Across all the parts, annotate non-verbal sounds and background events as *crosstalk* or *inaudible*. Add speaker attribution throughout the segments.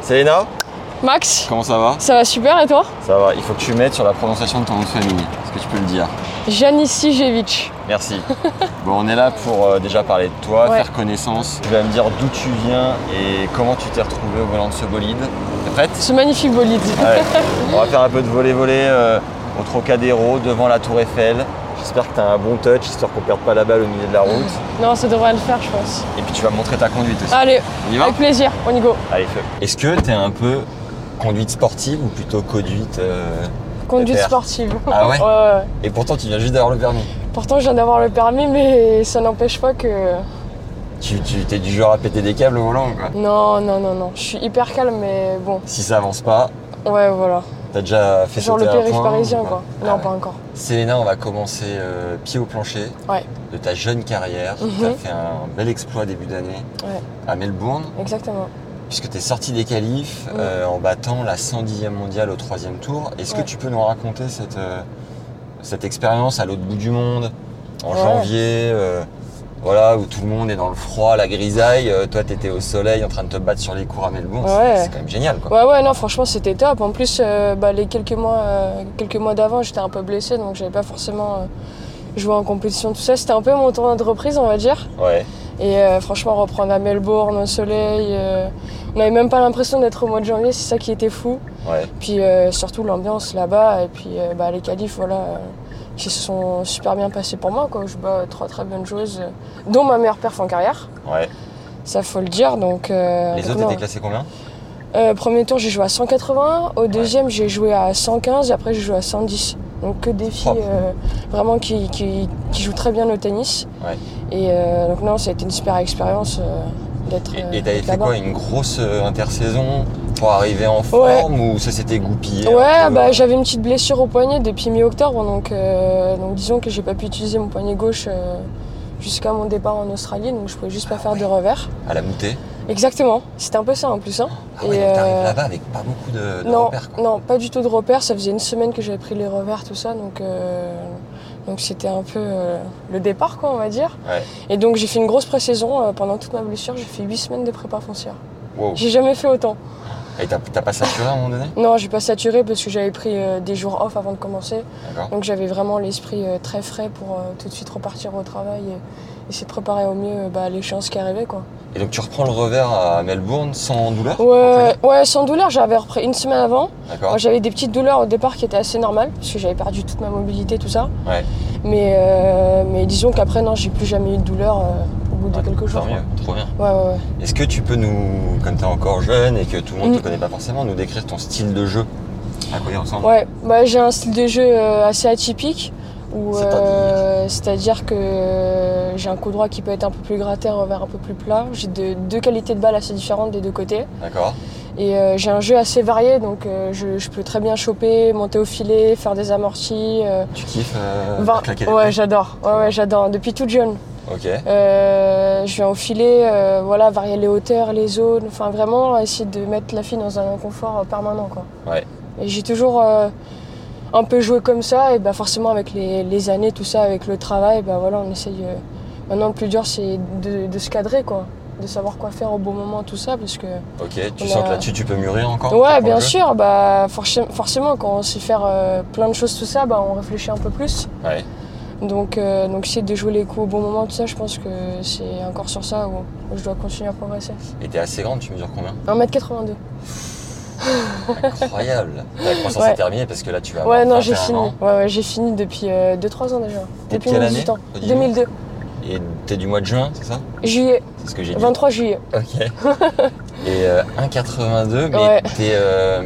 Speaker 1: Célina,
Speaker 2: Max,
Speaker 1: comment ça va
Speaker 2: ça va super et toi
Speaker 1: Ça va, il faut que tu m'aides sur la prononciation de ton nom de famille. Est-ce que tu peux le dire
Speaker 2: Janisijevic.
Speaker 1: Merci. *laughs* bon, on est là pour euh, déjà parler de toi,
Speaker 2: Ouais.
Speaker 1: faire connaissance. Tu vas me dire d'où tu viens et comment tu t'es retrouvé au volant de ce bolide. T'es prête
Speaker 2: Ce magnifique bolide.
Speaker 1: Ouais. On va faire un peu de voler-voler euh, au Trocadéro, devant la Tour Eiffel. J'espère que t'as un bon touch, histoire qu'on perde pas la balle au milieu de la route.
Speaker 2: Non, ça devrait le faire, je pense.
Speaker 1: Et puis tu vas me montrer ta conduite aussi.
Speaker 2: Allez,
Speaker 1: On y va
Speaker 2: avec plaisir, on y go.
Speaker 1: Allez, feu. Est-ce que t'es un peu conduite sportive ou plutôt conduite... euh,
Speaker 2: Conduite
Speaker 1: Super.
Speaker 2: sportive.
Speaker 1: Ah ouais
Speaker 2: ouais.
Speaker 1: Et pourtant tu viens juste d'avoir le permis.
Speaker 2: Pourtant, je viens d'avoir le permis, mais ça n'empêche pas que.
Speaker 1: Tu, tu t'es du genre à péter des câbles au volant quoi.
Speaker 2: Non, non, non, non. Je suis hyper calme, mais bon.
Speaker 1: Si ça avance pas,
Speaker 2: Ouais, voilà.
Speaker 1: t'as déjà fait
Speaker 2: Genre le
Speaker 1: sauter un
Speaker 2: périph'
Speaker 1: point,
Speaker 2: parisien,
Speaker 1: ou
Speaker 2: quoi.
Speaker 1: pas
Speaker 2: Non,
Speaker 1: Ah ouais.
Speaker 2: pas encore.
Speaker 1: Célena, on va commencer euh, pied au plancher
Speaker 2: Ouais,
Speaker 1: de ta jeune carrière.
Speaker 2: Mhm.
Speaker 1: T'as fait un bel exploit début d'année
Speaker 2: Ouais.
Speaker 1: à Melbourne,
Speaker 2: exactement.
Speaker 1: puisque t'es sorti des qualifs
Speaker 2: Mhm.
Speaker 1: euh, en battant la 110e mondiale au troisième tour. Est-ce
Speaker 2: Ouais.
Speaker 1: que tu peux nous raconter cette, euh, cette expérience à l'autre bout du monde, en
Speaker 2: Ouais.
Speaker 1: janvier euh, voilà, où tout le monde est dans le froid, la grisaille, euh, toi t'étais au soleil en train de te battre sur les cours à Melbourne, C'est-
Speaker 2: Ouais.
Speaker 1: c'est quand même génial quoi.
Speaker 2: Ouais, ouais, non, franchement, c'était top. En plus, euh, bah, les quelques mois, euh, quelques mois d'avant, j'étais un peu blessée, donc j'avais pas forcément euh, joué en compétition, tout ça. C'était un peu mon tournoi de reprise, on va dire.
Speaker 1: Ouais.
Speaker 2: Et euh, franchement, reprendre à Melbourne au soleil, euh, on n'avait même pas l'impression d'être au mois de janvier, c'est ça qui était fou.
Speaker 1: Ouais.
Speaker 2: Puis euh, surtout l'ambiance là-bas, et puis euh, bah, les qualifs, voilà, euh, qui se sont super bien passés pour moi. Quoi. Je bats euh, trois très bonnes joueuses, euh, dont ma meilleure perf en carrière,
Speaker 1: Ouais.
Speaker 2: ça faut le dire. Donc, euh,
Speaker 1: Les
Speaker 2: donc
Speaker 1: autres
Speaker 2: non.
Speaker 1: étaient classés combien
Speaker 2: Euh, Premier tour, j'ai joué à 180, au deuxième, j'ai joué à 115, et après, j'ai joué à 110. Donc que des filles
Speaker 1: Propre.
Speaker 2: euh, vraiment qui, qui, qui jouent très bien au tennis.
Speaker 1: Ouais.
Speaker 2: Et euh, donc non, ça a été une super expérience euh, d'être euh,
Speaker 1: Et- Et t'avais
Speaker 2: d'être
Speaker 1: fait
Speaker 2: là-bas.
Speaker 1: quoi Une grosse euh, intersaison pour arriver en forme ou ça s'était goupillé un peu
Speaker 2: Ouais,
Speaker 1: euh,
Speaker 2: bah, j'avais une petite blessure au poignet depuis mi-octobre, donc, euh, donc disons que j'ai pas pu utiliser mon poignet gauche euh, jusqu'à mon départ en Australie, donc je pouvais juste pas
Speaker 1: Ah
Speaker 2: faire de revers.
Speaker 1: À la moutée
Speaker 2: Exactement, c'était un peu ça en plus. Hein.
Speaker 1: Ah ouais,
Speaker 2: Et,
Speaker 1: donc t'arrives
Speaker 2: euh,
Speaker 1: là-bas avec pas beaucoup de, de
Speaker 2: non,
Speaker 1: repères quoi.
Speaker 2: non, pas du tout de repères, ça faisait une semaine que j'avais pris les revers, tout ça, donc euh, donc c'était un peu euh, le départ, quoi, on va dire.
Speaker 1: Ouais.
Speaker 2: Et donc j'ai fait une grosse pré-saison, euh, pendant toute ma blessure, j'ai fait 8 semaines de prépa foncière.
Speaker 1: Wow.
Speaker 2: J'ai jamais fait autant.
Speaker 1: Ah, Et t'as t'as pas saturé à un moment donné
Speaker 2: Non, j'ai pas saturé parce que j'avais pris euh, des jours off avant de commencer.
Speaker 1: D'accord.
Speaker 2: Donc j'avais vraiment l'esprit euh, très frais pour euh, tout de suite repartir au travail et essayer de préparer au mieux euh, bah, l'échéance qui arrivait. Quoi.
Speaker 1: Et donc tu reprends le revers à Melbourne sans douleur on peut
Speaker 2: Ouais,
Speaker 1: dire
Speaker 2: ouais, sans douleur, j'avais repris une semaine avant.
Speaker 1: D'accord.
Speaker 2: Moi, J'avais des petites douleurs au départ qui étaient assez normales parce que j'avais perdu toute ma mobilité, tout ça.
Speaker 1: Ouais.
Speaker 2: Mais, euh, mais disons qu'après, non, j'ai plus jamais eu de douleur euh, au bout de
Speaker 1: Ouais,
Speaker 2: quelques
Speaker 1: Ah, tant
Speaker 2: jours.
Speaker 1: mieux, trop bien.
Speaker 2: quoi. Ouais, ouais, ouais.
Speaker 1: Est-ce que tu peux nous, comme t'es encore jeune et que tout le monde te
Speaker 2: Mm.
Speaker 1: connaît pas forcément, nous décrire ton style de jeu À quoi il ressemble
Speaker 2: Ouais, bah, j'ai un style de jeu euh, assez atypique. où,
Speaker 1: C'est-à-dire
Speaker 2: euh, C'est-à-dire que euh, j'ai un coup droit qui peut être un peu plus gratté, un revers un peu plus plat. J'ai de- deux qualités de balle assez différentes des deux côtés.
Speaker 1: D'accord.
Speaker 2: Et euh, j'ai un jeu assez varié, donc euh, je, je peux très bien choper, monter au filet, faire des amortis. euh,
Speaker 1: Tu kiffes euh,
Speaker 2: vingt-
Speaker 1: claquer des
Speaker 2: Ouais, j'adore. Ouais, ouais, j'adore. Depuis toute jeune.
Speaker 1: Ok.
Speaker 2: Euh, je viens au filet, euh, voilà, varier les hauteurs, les zones, enfin vraiment essayer de mettre la fille dans un inconfort euh, permanent, quoi.
Speaker 1: Ouais.
Speaker 2: Et j'ai toujours euh, un peu joué comme ça, et bah forcément avec les, les années, tout ça, avec le travail, bah voilà, on essaye. euh, maintenant, le plus dur, c'est de, de se cadrer, quoi, de savoir quoi faire au bon moment, tout ça, parce que.
Speaker 1: Ok. Tu
Speaker 2: On
Speaker 1: sens
Speaker 2: a-
Speaker 1: que là-dessus tu peux mûrir encore
Speaker 2: Ouais,
Speaker 1: t'apprends
Speaker 2: bien
Speaker 1: le jeu
Speaker 2: sûr, bah forc- forcément, quand on sait faire euh, plein de choses, tout ça, bah on réfléchit un peu plus.
Speaker 1: Ouais.
Speaker 2: Donc, euh, donc essayer de jouer les coups au bon moment, tout ça, je pense que c'est encore sur ça où, où je dois continuer à progresser.
Speaker 1: Et t'es assez grande, tu mesures combien
Speaker 2: 1m82.
Speaker 1: Incroyable Ta croissance
Speaker 2: Ouais.
Speaker 1: est terminée parce que là tu vas avoir
Speaker 2: Ouais, non, j'ai
Speaker 1: 21
Speaker 2: fini.
Speaker 1: ans.
Speaker 2: Ouais, ouais, j'ai fini depuis 2-3 ans déjà.
Speaker 1: Depuis
Speaker 2: Depuis
Speaker 1: quelle
Speaker 2: mes
Speaker 1: année
Speaker 2: 18 ans.
Speaker 1: au début
Speaker 2: 2002.
Speaker 1: Et t'es du mois de juin, c'est ça
Speaker 2: Juillet.
Speaker 1: C'est ce que j'ai dit.
Speaker 2: 23 juillet. *laughs*
Speaker 1: Ok. Et euh, 1,82, mais
Speaker 2: Ouais.
Speaker 1: tes, euh,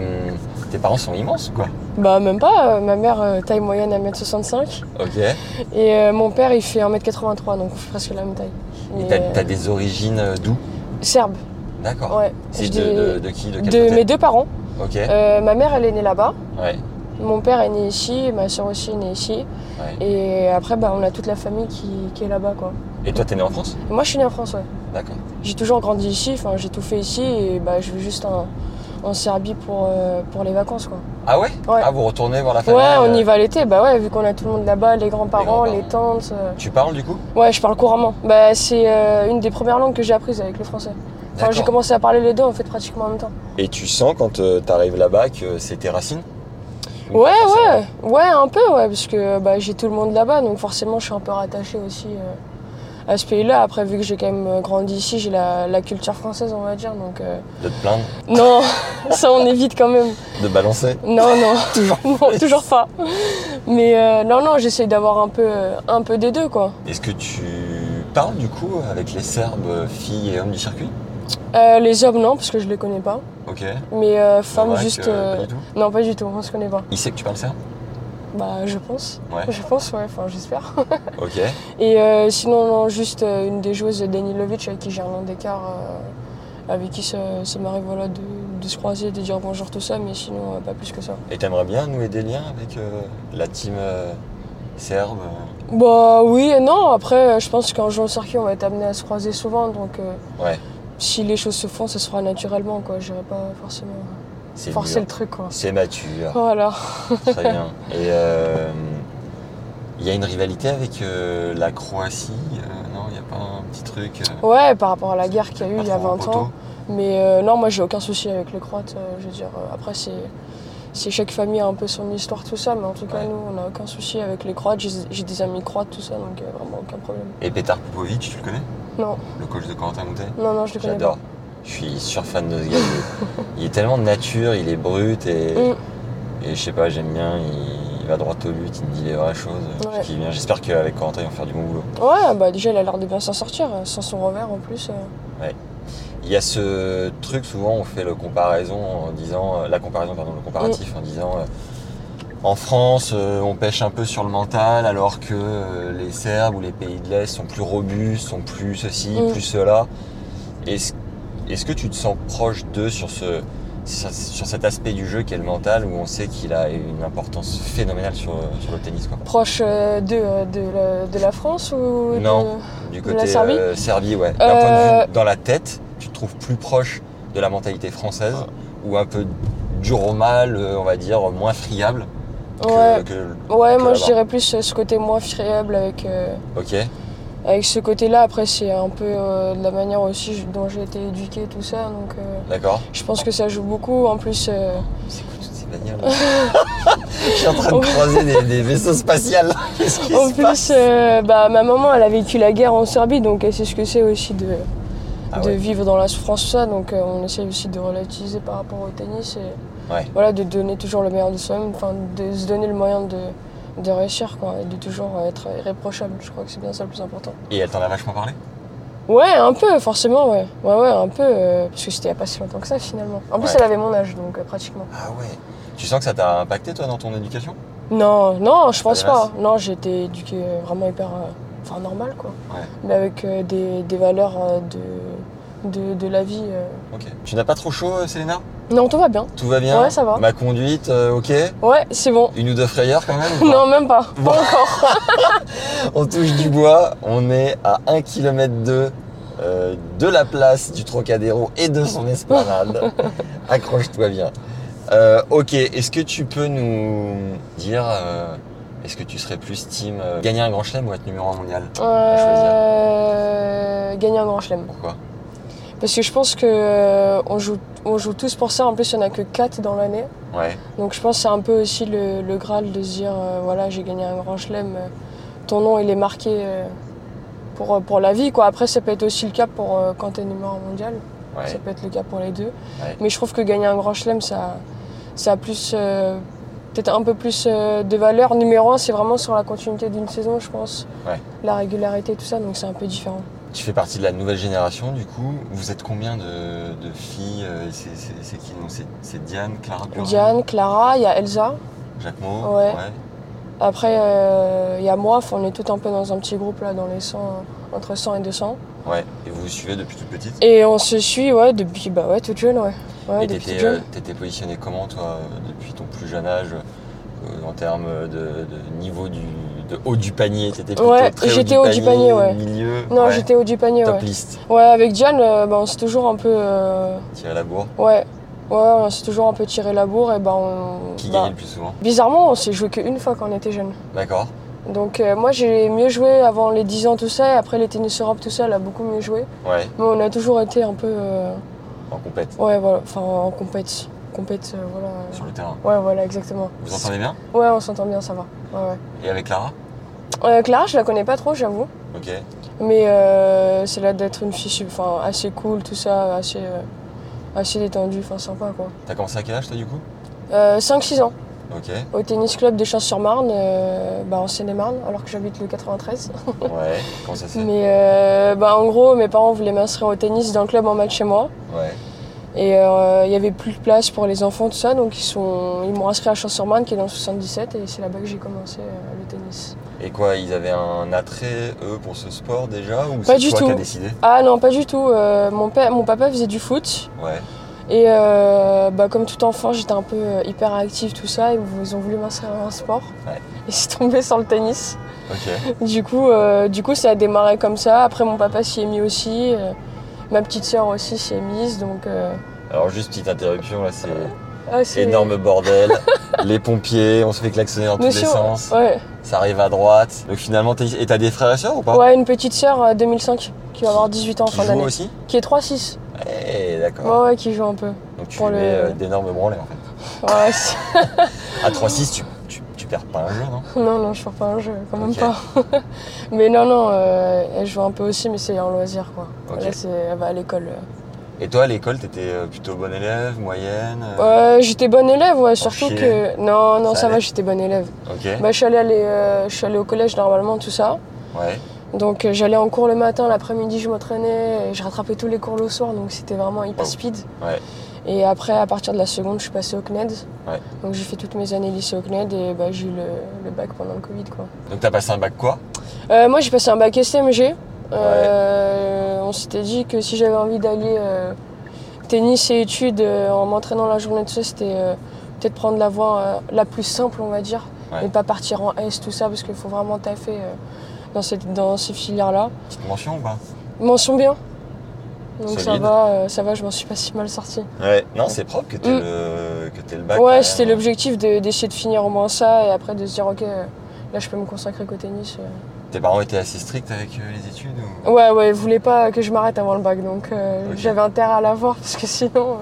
Speaker 1: tes parents sont immenses ou quoi
Speaker 2: Bah, même pas. euh, ma mère, euh, taille moyenne 1m65.
Speaker 1: Ok.
Speaker 2: Et euh, mon père, il fait 1m83, donc on fait presque la même taille.
Speaker 1: Et
Speaker 2: Mais,
Speaker 1: t'as
Speaker 2: euh,
Speaker 1: t'as des origines euh, d'où
Speaker 2: Serbe.
Speaker 1: D'accord.
Speaker 2: Ouais.
Speaker 1: C'est
Speaker 2: Je
Speaker 1: de,
Speaker 2: dis-
Speaker 1: de- de qui De quel
Speaker 2: de
Speaker 1: côté
Speaker 2: mes deux parents.
Speaker 1: Ok.
Speaker 2: Euh, ma mère, elle est née là-bas.
Speaker 1: Ouais.
Speaker 2: Mon père est né ici, ma soeur aussi est née ici.
Speaker 1: ouais.
Speaker 2: Et après, bah, on a toute la famille qui, qui est là-bas, quoi.
Speaker 1: Et toi, t'es né en France
Speaker 2: Et moi, je suis née en France, ouais.
Speaker 1: D'accord.
Speaker 2: J'ai toujours grandi ici, enfin, j'ai tout fait ici. Et bah, je vais juste en, en Serbie pour, euh, pour les vacances, quoi.
Speaker 1: Ah ouais,
Speaker 2: Ouais.
Speaker 1: Ah, vous retournez voir la famille
Speaker 2: Ouais, on
Speaker 1: euh,
Speaker 2: y va l'été, bah ouais, vu qu'on a tout le monde là-bas, les grands-parents,
Speaker 1: Les
Speaker 2: les,
Speaker 1: grands-parents.
Speaker 2: tantes. euh.
Speaker 1: Tu parles du coup
Speaker 2: Ouais, je parle couramment. Bah, c'est euh, une des premières langues que j'ai apprises avec le français. Enfin, j'ai
Speaker 1: D'accord.
Speaker 2: commencé à parler les deux en fait pratiquement en même temps.
Speaker 1: Et tu sens quand euh, t'arrives là-bas que c'est tes racines Ou
Speaker 2: Ouais,
Speaker 1: pas forcément
Speaker 2: ouais, ouais, un peu, ouais, parce que bah, j'ai tout le monde là-bas, donc forcément, je suis un peu rattachée aussi euh, à ce pays-là. Après, vu que j'ai quand même euh, grandi ici, j'ai la, la culture française, on va dire, donc. euh, *laughs*
Speaker 1: De te plaindre,
Speaker 2: Non, ça, on évite quand même.
Speaker 1: de balancer
Speaker 2: Non, non, toujours, *laughs* non, toujours pas. Mais euh, non, non, j'essaye d'avoir un peu, euh, un peu des deux, quoi.
Speaker 1: Est-ce que tu parles du coup avec les Serbes, euh, filles et hommes du circuit
Speaker 2: Euh, les hommes, non, parce que je les connais pas.
Speaker 1: Ok.
Speaker 2: Mais euh, femmes,
Speaker 1: Novak,
Speaker 2: juste.
Speaker 1: euh,
Speaker 2: euh,
Speaker 1: Pas du tout.
Speaker 2: Non, pas du tout, on se connaît pas.
Speaker 1: Il sait que tu parles serbe
Speaker 2: Bah, je pense.
Speaker 1: Ouais.
Speaker 2: Je pense, ouais, enfin, j'espère.
Speaker 1: Ok.
Speaker 2: Et euh, sinon, non, juste euh, une des joueuses, Danilovic, avec qui j'ai un an d'écart, euh, avec qui ça, ça m'arrive voilà, de, de se croiser, de dire bonjour, tout ça, mais sinon, euh, pas plus que ça.
Speaker 1: Et t'aimerais bien nouer des liens avec euh, la team euh, serbe euh,
Speaker 2: Bah oui et non, après, euh, je pense qu'en jouant au circuit, on va être amené à se croiser souvent, donc euh,
Speaker 1: Ouais.
Speaker 2: si les choses se font, ça se fera naturellement, quoi. J'irai pas forcément
Speaker 1: C'est
Speaker 2: forcer le
Speaker 1: dur.
Speaker 2: truc, quoi.
Speaker 1: C'est mature.
Speaker 2: Voilà.
Speaker 1: Très
Speaker 2: *laughs*
Speaker 1: bien. Et euh, il y a une rivalité avec euh, la Croatie euh, Non, il n'y a pas un petit truc euh,
Speaker 2: Ouais, par rapport à la guerre qu'il y a eu
Speaker 1: pas
Speaker 2: il y a
Speaker 1: trop au
Speaker 2: 20 ans.
Speaker 1: poteau
Speaker 2: Mais euh, non, moi j'ai aucun souci avec les Croates. euh, je veux dire, euh, après c'est c'est chaque famille a un peu son histoire tout ça, mais en tout cas
Speaker 1: Ouais.
Speaker 2: nous on n'a aucun souci avec les Croates. J'ai j'ai des amis croates tout ça, donc euh, vraiment aucun problème.
Speaker 1: Et Petar Popovic, tu le connais
Speaker 2: Non,
Speaker 1: Le coach de Corentin Moutet
Speaker 2: non, non, je les connais pas.
Speaker 1: J'adore. Je suis sur fan de ce gars. Il
Speaker 2: *laughs*
Speaker 1: est- Il est tellement de nature, il est brut et,
Speaker 2: Mm.
Speaker 1: et je sais pas, j'aime bien. Il, il va droit au but, il me dit les vraies choses. je
Speaker 2: Ouais.
Speaker 1: kiffe bien. J'espère qu'avec Corentin, ils vont faire du bon boulot.
Speaker 2: Ouais, bah déjà il a l'air de bien s'en sortir, euh, sans son revers en plus. euh.
Speaker 1: Il y a ce truc, souvent on fait le comparaison en disant, euh, la comparaison, pardon, le comparatif en disant, euh, en France, euh, on pêche un peu sur le mental, alors que euh, les Serbes ou les pays de l'Est sont plus robustes, sont plus ceci,
Speaker 2: Mm.
Speaker 1: plus cela. Est-ce est-ce que tu te sens proche d'eux sur ce sur sur cet aspect du jeu qui est le mental où on sait qu'il a une importance phénoménale sur, sur le tennis quoi.
Speaker 2: Proche euh, de, euh, de, la, de la France ou
Speaker 1: Non. Du
Speaker 2: De la
Speaker 1: côté
Speaker 2: Serbie
Speaker 1: euh, Serbie, ouais. D'un point
Speaker 2: Euh,
Speaker 1: de vue dans la tête, tu te trouves plus proche de la mentalité française ou un peu dur au mal, euh, on va dire, moins friable
Speaker 2: de-
Speaker 1: que,
Speaker 2: Ouais,
Speaker 1: que-
Speaker 2: ouais
Speaker 1: que
Speaker 2: moi je
Speaker 1: là-bas.
Speaker 2: dirais plus euh, ce côté moins friable avec. euh,
Speaker 1: Ok,
Speaker 2: Avec ce côté-là, après, c'est un peu euh, de la manière aussi je- dont j'ai été éduquée, tout ça. Donc, euh,
Speaker 1: d'accord.
Speaker 2: Je pense que ça joue beaucoup. En plus, euh,
Speaker 1: C'est cool toutes ces bagnoles.
Speaker 2: *laughs*
Speaker 1: Je suis en train de croiser des, des vaisseaux
Speaker 2: *laughs*
Speaker 1: spatials. Qu'est-ce qui
Speaker 2: en
Speaker 1: se passe
Speaker 2: plus, euh, bah, ma maman, elle a vécu la guerre en Serbie, donc elle sait ce que c'est aussi de,
Speaker 1: Ah
Speaker 2: de
Speaker 1: ouais.
Speaker 2: vivre dans la souffrance, tout ça. Donc, euh, on essaye aussi de relativiser par rapport au tennis et
Speaker 1: Ouais.
Speaker 2: voilà, de donner toujours le meilleur de soi-même, enfin, de se donner le moyen de, de réussir, quoi, et de toujours euh, être irréprochable. Je crois que c'est bien ça le plus important.
Speaker 1: Et elle t'en a vachement parlé
Speaker 2: Ouais, un peu, forcément, ouais. Ouais, ouais, un peu, euh, parce que c'était il y a pas si longtemps que ça, finalement. En plus,
Speaker 1: Ouais.
Speaker 2: elle avait mon âge, donc euh, pratiquement.
Speaker 1: Ah ouais. Tu sens que ça t'a impacté toi dans ton éducation
Speaker 2: Non, non, je pense
Speaker 1: Pas des
Speaker 2: pas. Non, j'ai été éduquée euh, vraiment hyper. euh, Enfin, normal quoi.
Speaker 1: Ouais.
Speaker 2: Mais avec euh, des, des valeurs euh, de, de, de la vie. euh.
Speaker 1: Ok. Tu n'as pas trop chaud, euh, Selena
Speaker 2: Non, tout va bien.
Speaker 1: Tout va bien
Speaker 2: Ouais, ça va.
Speaker 1: Ma conduite, euh, ok
Speaker 2: Ouais, c'est bon.
Speaker 1: Une ou deux frayeurs quand
Speaker 2: *laughs*
Speaker 1: même ou pas
Speaker 2: Non, même pas.
Speaker 1: Bon.
Speaker 2: Pas
Speaker 1: *laughs*
Speaker 2: encore.
Speaker 1: On touche du bois, on est à 1 km euh, de la place du Trocadéro et de son
Speaker 2: *laughs*
Speaker 1: esplanade. Accroche-toi bien. Euh, ok, est-ce que tu peux nous dire, euh, est-ce que tu serais plus team euh, gagner un grand chelem ou être numéro 1 mondial
Speaker 2: Euh, Gagner un grand chelem.
Speaker 1: Pourquoi
Speaker 2: Parce que je pense que euh, on, joue, on joue tous pour ça. En plus, il n'y en a que 4 dans l'année.
Speaker 1: Ouais,
Speaker 2: Donc je pense que c'est un peu aussi le, le Graal de se dire euh, voilà, j'ai gagné un grand chelem, euh, ton nom il est marqué euh, pour, euh, pour la vie. Quoi. Après, ça peut être aussi le cas pour euh, quand tu es numéro un mondial, ça
Speaker 1: ouais.
Speaker 2: peut être le cas pour les deux.
Speaker 1: Ouais.
Speaker 2: Mais je trouve que gagner un grand chelem, ça, ça a plus. euh, Peut-être un peu plus euh, de valeur. Numéro un, c'est vraiment sur la continuité d'une saison, je pense.
Speaker 1: Ouais.
Speaker 2: La régularité, tout ça, donc c'est un peu différent.
Speaker 1: Tu fais partie de la nouvelle génération du coup. Vous êtes combien de, de filles euh, C'est c'est- c'est qui non, C'est c'est Diane, Clara Burin,
Speaker 2: Diane, Clara, il y a Elsa.
Speaker 1: Jacquemot
Speaker 2: Ouais. Après, euh, il y a moi, Enfin, on est tout un peu dans un petit groupe là, dans les 100, entre 100 et 200.
Speaker 1: Ouais. Et vous vous suivez depuis toute petite
Speaker 2: Et on se suit, ouais, depuis bah ouais, toute jeune, ouais. Ouais,
Speaker 1: Et
Speaker 2: depuis toute
Speaker 1: t'étais
Speaker 2: jeune.
Speaker 1: euh, t'étais positionné comment, toi, euh, depuis ton plus jeune âge, euh, en termes de, de niveau du de haut du panier T'étais plutôt
Speaker 2: Ouais,
Speaker 1: très
Speaker 2: j'étais haut du panier, ouais.
Speaker 1: milieu
Speaker 2: non,
Speaker 1: euh, ouais.
Speaker 2: j'étais haut du panier,
Speaker 1: Top
Speaker 2: ouais.
Speaker 1: list,
Speaker 2: Ouais, avec Diane, euh, bah, on s'est toujours un peu. euh,
Speaker 1: tirer la bourre.
Speaker 2: ouais. Ouais, on s'est toujours un peu tiré la bourre et bah on.
Speaker 1: Qui
Speaker 2: bah,
Speaker 1: gagnait le plus souvent
Speaker 2: Bizarrement, on s'est joué qu'une fois quand on était jeune.
Speaker 1: D'accord
Speaker 2: Donc euh, moi j'ai mieux joué avant les 10 ans tout ça et après les tennis Europe tout ça elle a beaucoup mieux joué.
Speaker 1: Ouais,
Speaker 2: Mais on a toujours été un peu euh,
Speaker 1: en compète,
Speaker 2: ouais voilà enfin en compète compète euh, voilà.
Speaker 1: sur le terrain.
Speaker 2: Ouais voilà exactement.
Speaker 1: Vous entendez bien
Speaker 2: Ouais on s'entend bien ça va. Ouais, ouais.
Speaker 1: Et avec Clara
Speaker 2: Euh, Clara je la connais pas trop j'avoue
Speaker 1: Ok.
Speaker 2: mais euh, c'est là d'être une fille sub- enfin assez cool tout ça assez euh, assez détendue enfin sympa quoi.
Speaker 1: T'as commencé à quel âge, toi, du coup
Speaker 2: Euh, 5-6 ans *laughs*
Speaker 1: Ok.
Speaker 2: au tennis club des Champs-sur-Marne euh, bah, en Seine-et-Marne alors que j'habite le 93.
Speaker 1: Ouais. Comment ça se fait
Speaker 2: Mais euh, bah, en gros, mes parents voulaient m'inscrire au tennis dans le club en match chez moi.
Speaker 1: Ouais.
Speaker 2: Et euh, il y avait plus de place pour les enfants, tout ça. Donc ils sont, ils m'ont inscrit à Champs-sur-Marne qui est dans le 77. Et c'est là-bas que j'ai commencé euh, le tennis.
Speaker 1: Et quoi, ils avaient un attrait, eux, pour ce sport déjà Ou
Speaker 2: Pas
Speaker 1: c'est
Speaker 2: du
Speaker 1: toi
Speaker 2: tout.
Speaker 1: qui as décidé
Speaker 2: Ah non, pas du tout. Euh, mon, père, mon papa faisait du foot.
Speaker 1: Ouais.
Speaker 2: Et euh, bah, comme tout enfant, j'étais un peu euh, hyper active, tout ça. Et ils ont voulu m'inscrire à un sport.
Speaker 1: Ouais.
Speaker 2: Et c'est tombé sur le tennis.
Speaker 1: Ok.
Speaker 2: Du coup, euh, du coup, ça a démarré comme ça. Après, mon papa s'y est mis aussi. euh, ma petite sœur aussi s'y est mise. Donc, euh,
Speaker 1: Alors, juste petite interruption, là, c'est
Speaker 2: ah, c'est-
Speaker 1: énorme
Speaker 2: *laughs*
Speaker 1: bordel. les pompiers, on se fait klaxonner dans tous
Speaker 2: Nous
Speaker 1: les
Speaker 2: sommes-
Speaker 1: sens.
Speaker 2: Ouais.
Speaker 1: Ça arrive à droite. Donc, finalement, t'es... et t'as des frères et sœurs ou pas
Speaker 2: ouais, une petite sœur euh, 2005 qui va avoir 18 ans en
Speaker 1: Qui
Speaker 2: fin
Speaker 1: jouent
Speaker 2: d'année.
Speaker 1: aussi
Speaker 2: Qui est 3-6.
Speaker 1: Eh, d'accord.
Speaker 2: Ouais, ouais, qui joue un peu.
Speaker 1: Donc, tu
Speaker 2: pour
Speaker 1: les
Speaker 2: le-
Speaker 1: mets euh, d'énormes branlées, en fait.
Speaker 2: Ouais, c'est- *laughs*
Speaker 1: À 3-6, tu, tu, tu perds pas un jeu, non
Speaker 2: non, non, je ne pas un jeu, quand même
Speaker 1: Ok.
Speaker 2: pas. *laughs* mais non, non, euh, elle joue un peu aussi, mais c'est en loisir quoi.
Speaker 1: Ok.
Speaker 2: Là, c'est- elle va à l'école. euh.
Speaker 1: Et toi, à l'école, t'étais euh, plutôt bonne élève, moyenne euh,
Speaker 2: Ouais, j'étais bonne élève, ouais, surtout
Speaker 1: chier.
Speaker 2: que. Non, non,
Speaker 1: Ça
Speaker 2: ça,
Speaker 1: allait.
Speaker 2: va, j'étais bonne élève.
Speaker 1: Ok.
Speaker 2: Bah, je suis allée, aller, euh, je suis allée au collège normalement, tout ça.
Speaker 1: Ouais.
Speaker 2: Donc euh, j'allais en cours le matin, l'après-midi je m'entraînais et je rattrapais tous les cours le soir, donc c'était vraiment hyper
Speaker 1: Wow.
Speaker 2: speed.
Speaker 1: Oh. Ouais.
Speaker 2: Et après, à partir de la seconde, je suis passée au CNED.
Speaker 1: Ouais.
Speaker 2: Donc j'ai fait toutes mes années lycée au CNED et bah, j'ai eu le, le bac pendant le Covid. Quoi.
Speaker 1: Donc, t'as passé un bac quoi
Speaker 2: Euh, moi j'ai passé un bac STMG. Euh, On s'était dit que si j'avais envie d'aller euh, tennis et études euh, en m'entraînant la journée de ça, c'était euh, peut-être prendre la voie euh, la plus simple, on va dire.
Speaker 1: Ouais.
Speaker 2: Et pas partir en S, tout ça, parce qu'il faut vraiment taffer euh, dans, cette, dans ces filières-là.
Speaker 1: Petite mention ou pas
Speaker 2: Mention bien. Donc ça
Speaker 1: Solide.
Speaker 2: va, euh, ça va, je m'en suis pas si mal sortie.
Speaker 1: Ouais. Non, c'est propre que t'aies,
Speaker 2: Mm.
Speaker 1: le... que t'aies le bac. quand
Speaker 2: ouais,
Speaker 1: même.
Speaker 2: c'était l'objectif de- d'essayer de finir au moins ça et après de se dire ok, euh, là je peux me consacrer qu'au tennis. euh.
Speaker 1: hein. Tes parents étaient assez stricts avec euh, les études ou...
Speaker 2: Ouais, ouais, ils voulaient pas que je m'arrête avant le bac, donc euh,
Speaker 1: Ok.
Speaker 2: j'avais intérêt à l'avoir parce que sinon euh,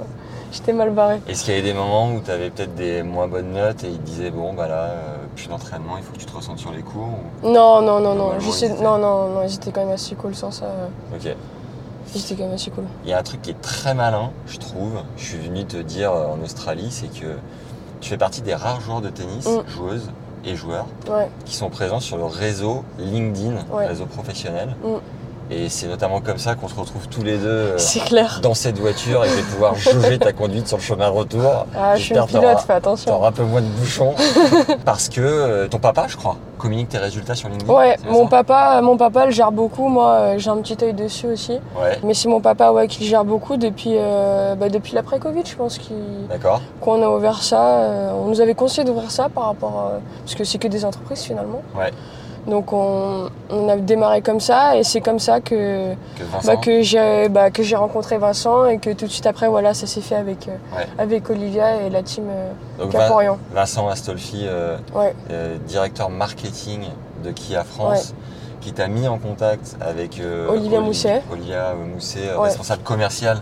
Speaker 2: j'étais mal barrée.
Speaker 1: Est-ce qu'il y avait des moments où tu avais peut-être des moins bonnes notes et ils te disaient bon bah là euh, plus d'entraînement, il faut que tu te ressentes sur les cours ou-
Speaker 2: Non, non, non,
Speaker 1: Normalement,
Speaker 2: non, j'essaie-
Speaker 1: ils étaient-
Speaker 2: non, non, non, ils étaient quand même assez cool sans ça. euh,
Speaker 1: Ok.
Speaker 2: Ils étaient quand même assez cool.
Speaker 1: Il y a un truc qui est très malin, je trouve. Je suis venu te dire euh, en Australie, c'est que tu fais partie des rares joueurs de tennis,
Speaker 2: Mm.
Speaker 1: joueuses et joueurs
Speaker 2: Ouais,
Speaker 1: qui sont présents sur le réseau LinkedIn,
Speaker 2: Ouais.
Speaker 1: réseau professionnel.
Speaker 2: Mm.
Speaker 1: Et c'est notamment comme ça qu'on se retrouve tous les deux euh,
Speaker 2: c'est
Speaker 1: *laughs*
Speaker 2: clair.
Speaker 1: dans cette voiture et je vais pouvoir *laughs* jauger ta conduite sur le chemin retour.
Speaker 2: Ah, je suis une
Speaker 1: j'espère t'auras-
Speaker 2: pilote, fais attention.
Speaker 1: T'auras un peu moins de
Speaker 2: *laughs*
Speaker 1: bouchons parce que euh, ton papa, je crois, communique tes résultats sur LinkedIn.
Speaker 2: Ouais,
Speaker 1: c'est bien
Speaker 2: mon
Speaker 1: ça
Speaker 2: papa, mon papa le gère beaucoup, moi euh, j'ai un petit œil dessus aussi.
Speaker 1: Ouais,
Speaker 2: Mais c'est mon papa ouais, qui le gère beaucoup depuis, euh, bah, depuis l'après-Covid, je pense, qu'il-
Speaker 1: d'accord.
Speaker 2: qu'on a ouvert ça. euh, on nous avait conseillé d'ouvrir ça par rapport. euh, parce que c'est que des entreprises finalement.
Speaker 1: Ouais.
Speaker 2: Donc on, on a démarré comme ça et c'est comme ça
Speaker 1: Que
Speaker 2: que, bah,
Speaker 1: Vincent.
Speaker 2: que j'ai bah, que j'ai rencontré Vincent et que tout de suite après, voilà, ça s'est fait avec, euh,
Speaker 1: Ouais.
Speaker 2: avec Olivia et la team euh,
Speaker 1: donc, Vin-
Speaker 2: Caporian.
Speaker 1: Vincent Astolfi, euh,
Speaker 2: Ouais.
Speaker 1: euh, directeur marketing de Kia France, qui t'a mis en contact avec euh,
Speaker 2: Olivia
Speaker 1: Oli-
Speaker 2: Mousset.
Speaker 1: Olivia euh, Mousset, euh,
Speaker 2: Ouais.
Speaker 1: responsable commercial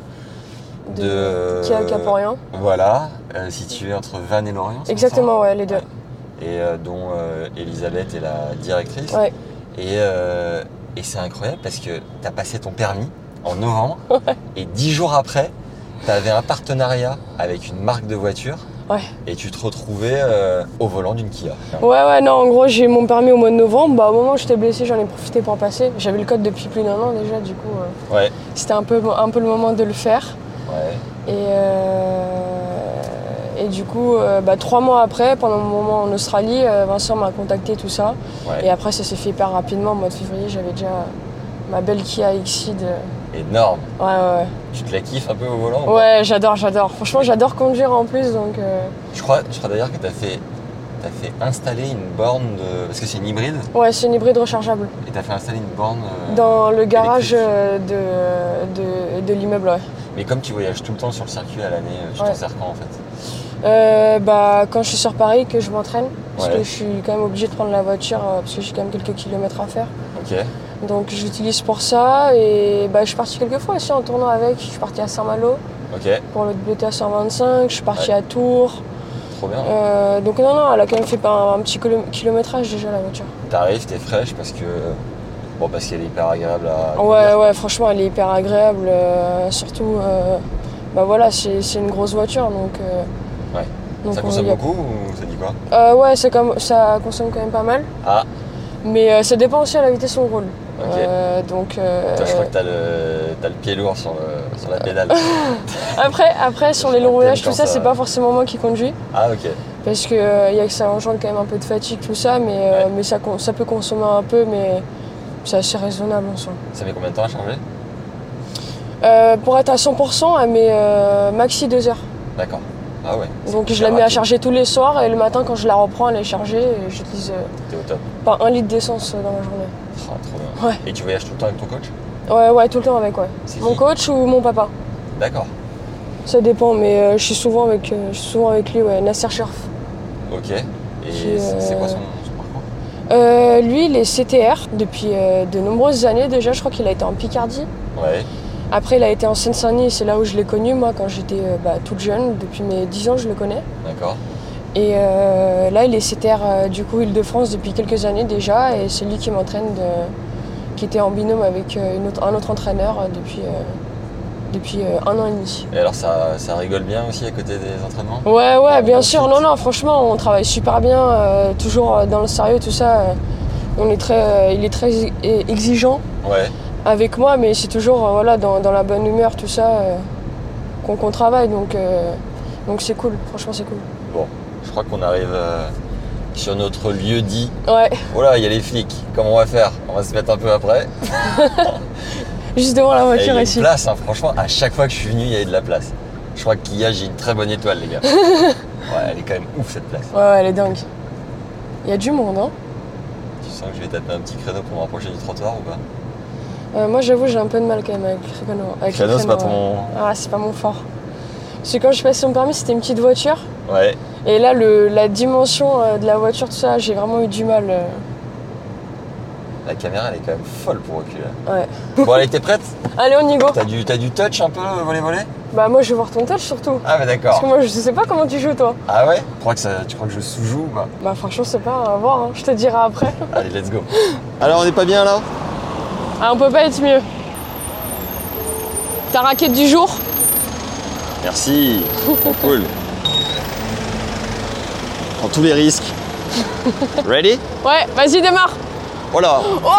Speaker 1: de.
Speaker 2: qui a
Speaker 1: euh,
Speaker 2: Caporian.
Speaker 1: Voilà, euh, situé entre Vannes et Lorient. c'est ça
Speaker 2: Exactement, ouais, les deux.
Speaker 1: Ouais. et euh, dont euh, Elisabeth est la directrice.
Speaker 2: Ouais.
Speaker 1: Et, euh, et c'est incroyable parce que tu as passé ton permis en
Speaker 2: *laughs*
Speaker 1: novembre et dix jours après, tu avais un partenariat avec une marque de voiture
Speaker 2: Ouais.
Speaker 1: et tu te retrouvais euh, au volant d'une Kia.
Speaker 2: Ouais, ouais, non, en gros, j'ai eu mon permis au mois de novembre. Bah, au moment où j'étais blessé, j'en ai profité pour passer. J'avais le code depuis plus d'un an déjà, du coup, euh,
Speaker 1: Ouais,
Speaker 2: c'était un peu, un peu le moment de le faire.
Speaker 1: ouais,
Speaker 2: Et, euh, et du coup, euh, bah, trois mois après, pendant mon moment en Australie, euh, Vincent m'a contacté, tout ça.
Speaker 1: ouais.
Speaker 2: Et après, ça s'est fait hyper rapidement. Au mois de février, j'avais déjà euh, ma belle Kia Exceed. euh,
Speaker 1: Énorme.
Speaker 2: Ouais, ouais,
Speaker 1: Tu te la kiffes un peu au volant ou
Speaker 2: ouais.
Speaker 1: pas
Speaker 2: Ouais, j'adore, j'adore. Franchement, j'adore conduire en plus, donc. euh,
Speaker 1: Je crois, je crois d'ailleurs que t'as fait, t'as fait installer une borne de. Parce que c'est une hybride,
Speaker 2: Ouais, c'est une hybride rechargeable.
Speaker 1: et t'as fait installer une borne. euh,
Speaker 2: Dans le garage
Speaker 1: Électrique.
Speaker 2: euh, de, de, de l'immeuble, ouais.
Speaker 1: Mais comme tu voyages tout le temps sur le circuit à l'année, euh, tu
Speaker 2: Ouais.
Speaker 1: t'en sers quand en fait
Speaker 2: Euh, bah, quand je suis sur Paris, que je m'entraîne, parce
Speaker 1: Ouais.
Speaker 2: que je suis quand même obligée de prendre la voiture, euh, parce que j'ai quand même quelques kilomètres à faire.
Speaker 1: Ok.
Speaker 2: Donc je l'utilise pour ça, et bah, je suis partie quelques fois aussi en tournant avec. Je suis partie à Saint-Malo
Speaker 1: Ok.
Speaker 2: pour le BTA 125, je suis partie
Speaker 1: Ouais.
Speaker 2: à Tours.
Speaker 1: Trop bien.
Speaker 2: Euh, donc non, non, elle a quand même fait un, un petit kilo- kilométrage déjà la voiture.
Speaker 1: T'arrives, t'es fraîche parce que. Bon, parce qu'elle est hyper agréable à.
Speaker 2: Ouais, ouais, franchement, elle est hyper agréable. euh, surtout, euh, bah voilà, c'est c'est une grosse voiture, donc. euh,
Speaker 1: Ouais.
Speaker 2: donc
Speaker 1: Ça
Speaker 2: on
Speaker 1: consomme
Speaker 2: y a-
Speaker 1: beaucoup ou ça dit quoi
Speaker 2: Euh, Ouais, ça, comme, ça consomme quand même pas mal.
Speaker 1: Ah,
Speaker 2: Mais euh, ça dépend aussi à la vitesse où on roule.
Speaker 1: ok.
Speaker 2: Euh, donc. euh,
Speaker 1: Toi, je crois que t'as le, t'as le pied lourd sur, le- sur la
Speaker 2: *laughs*
Speaker 1: pédale.
Speaker 2: après, après, sur
Speaker 1: Je
Speaker 2: les
Speaker 1: crois
Speaker 2: longs
Speaker 1: que
Speaker 2: voyages,
Speaker 1: t'aimes
Speaker 2: tout
Speaker 1: quand
Speaker 2: ça,
Speaker 1: ça-
Speaker 2: c'est pas forcément moi qui conduis.
Speaker 1: ah, ok.
Speaker 2: Parce que euh, y a que ça engendre quand même un peu de fatigue, tout ça, mais, euh, mais ça, con- ça peut consommer un peu, mais c'est assez raisonnable en soi.
Speaker 1: Ça met combien de temps à charger
Speaker 2: Euh, pour être à 100%, elle met euh, maxi 2 heures.
Speaker 1: D'accord. Ah ouais.
Speaker 2: Donc
Speaker 1: C'est
Speaker 2: je la mets à
Speaker 1: rapide.
Speaker 2: charger tous les soirs et le matin quand je la reprends elle est chargée et j'utilise euh,
Speaker 1: T'es au top.
Speaker 2: pas un litre d'essence euh, dans la journée.
Speaker 1: Ah, trop bien.
Speaker 2: Ouais.
Speaker 1: Et tu voyages tout le temps avec ton coach
Speaker 2: Ouais ouais tout le temps avec ouais.
Speaker 1: C'est
Speaker 2: Mon
Speaker 1: qui
Speaker 2: coach ou mon papa
Speaker 1: D'accord.
Speaker 2: Ça dépend mais euh, je suis souvent avec euh, je suis souvent avec lui ouais, Nasser Scherf.
Speaker 1: Ok. Et
Speaker 2: Qui,
Speaker 1: c'est c'est quoi
Speaker 2: euh,
Speaker 1: son, son parcours
Speaker 2: Euh, lui il est CTR depuis euh, de nombreuses années déjà, je crois qu'il a été en Picardie.
Speaker 1: Ouais.
Speaker 2: Après il a été en Seine-Saint-Denis, c'est là où je l'ai connu moi quand j'étais euh, bah, toute jeune, depuis mes 10 ans je le connais.
Speaker 1: D'accord.
Speaker 2: Et euh, là, il est CTR euh, du coup Île-de-France depuis quelques années déjà, et c'est lui qui m'entraîne, de- qui était en binôme avec euh, une autre- un autre entraîneur euh, depuis, euh, depuis euh, un an et demi.
Speaker 1: Et alors, ça, ça rigole bien aussi à côté des entraînements
Speaker 2: Ouais, ouais,
Speaker 1: on
Speaker 2: bien sûr.
Speaker 1: profite.
Speaker 2: Non, non, franchement, on travaille super bien, euh, toujours euh, dans le sérieux, tout ça. euh, on est très, euh, il est très e- exigeant
Speaker 1: Ouais.
Speaker 2: avec moi, mais c'est toujours euh, voilà, dans, dans la bonne humeur, tout ça, euh, qu'on qu'on travaille. Donc, euh, donc c'est cool, franchement, c'est cool.
Speaker 1: Je crois qu'on arrive euh, sur notre lieu dit.
Speaker 2: Ouais, *laughs*
Speaker 1: Oh là, il y a les flics. Comment on va faire On va se mettre un peu après.
Speaker 2: juste devant
Speaker 1: Et
Speaker 2: la
Speaker 1: Il y
Speaker 2: voiture
Speaker 1: a
Speaker 2: ici.
Speaker 1: une place, hein. franchement, à chaque fois que je suis venu, il y avait de la place. Je crois que Kia, j'ai une très bonne étoile, *laughs* les gars. ouais, elle est quand même ouf cette place.
Speaker 2: Ouais, ouais, elle est dingue. Il y a du monde, hein.
Speaker 1: Tu sens que je vais taper un petit créneau pour me rapprocher du trottoir ou pas
Speaker 2: Euh, moi, j'avoue, j'ai un peu de mal quand même avec le créneau. Avec le
Speaker 1: Créneau, c'est pas
Speaker 2: créneau, ouais.
Speaker 1: ton.
Speaker 2: Ah, c'est pas mon fort. Parce que quand je passais mon permis, c'était une petite voiture.
Speaker 1: Ouais,
Speaker 2: Et là, le, la dimension euh, de la voiture, tout ça, j'ai vraiment eu du mal. euh.
Speaker 1: la caméra, elle est quand même folle pour reculer.
Speaker 2: Ouais.
Speaker 1: Bon, allez, t'es prête
Speaker 2: Allez, on y go.
Speaker 1: T'as du, t'as du touch un peu, voler-voler
Speaker 2: Bah, moi, je vais voir ton touch surtout.
Speaker 1: Ah, bah
Speaker 2: Parce que
Speaker 1: d'accord.
Speaker 2: moi, je sais pas comment tu joues, toi.
Speaker 1: Ah ouais tu crois, que ça, tu crois que je sous-joue ou pas
Speaker 2: Bah, franchement, c'est pas à voir, hein. je te dirai après.
Speaker 1: Allez, let's go. *laughs* Alors, on est pas bien là
Speaker 2: Ah, on peut pas être mieux. Ta raquette du jour
Speaker 1: Merci, Trop cool. *laughs* Prends tous les risques. Ready
Speaker 2: Ouais, vas-y, démarre.
Speaker 1: Oh là
Speaker 2: Oh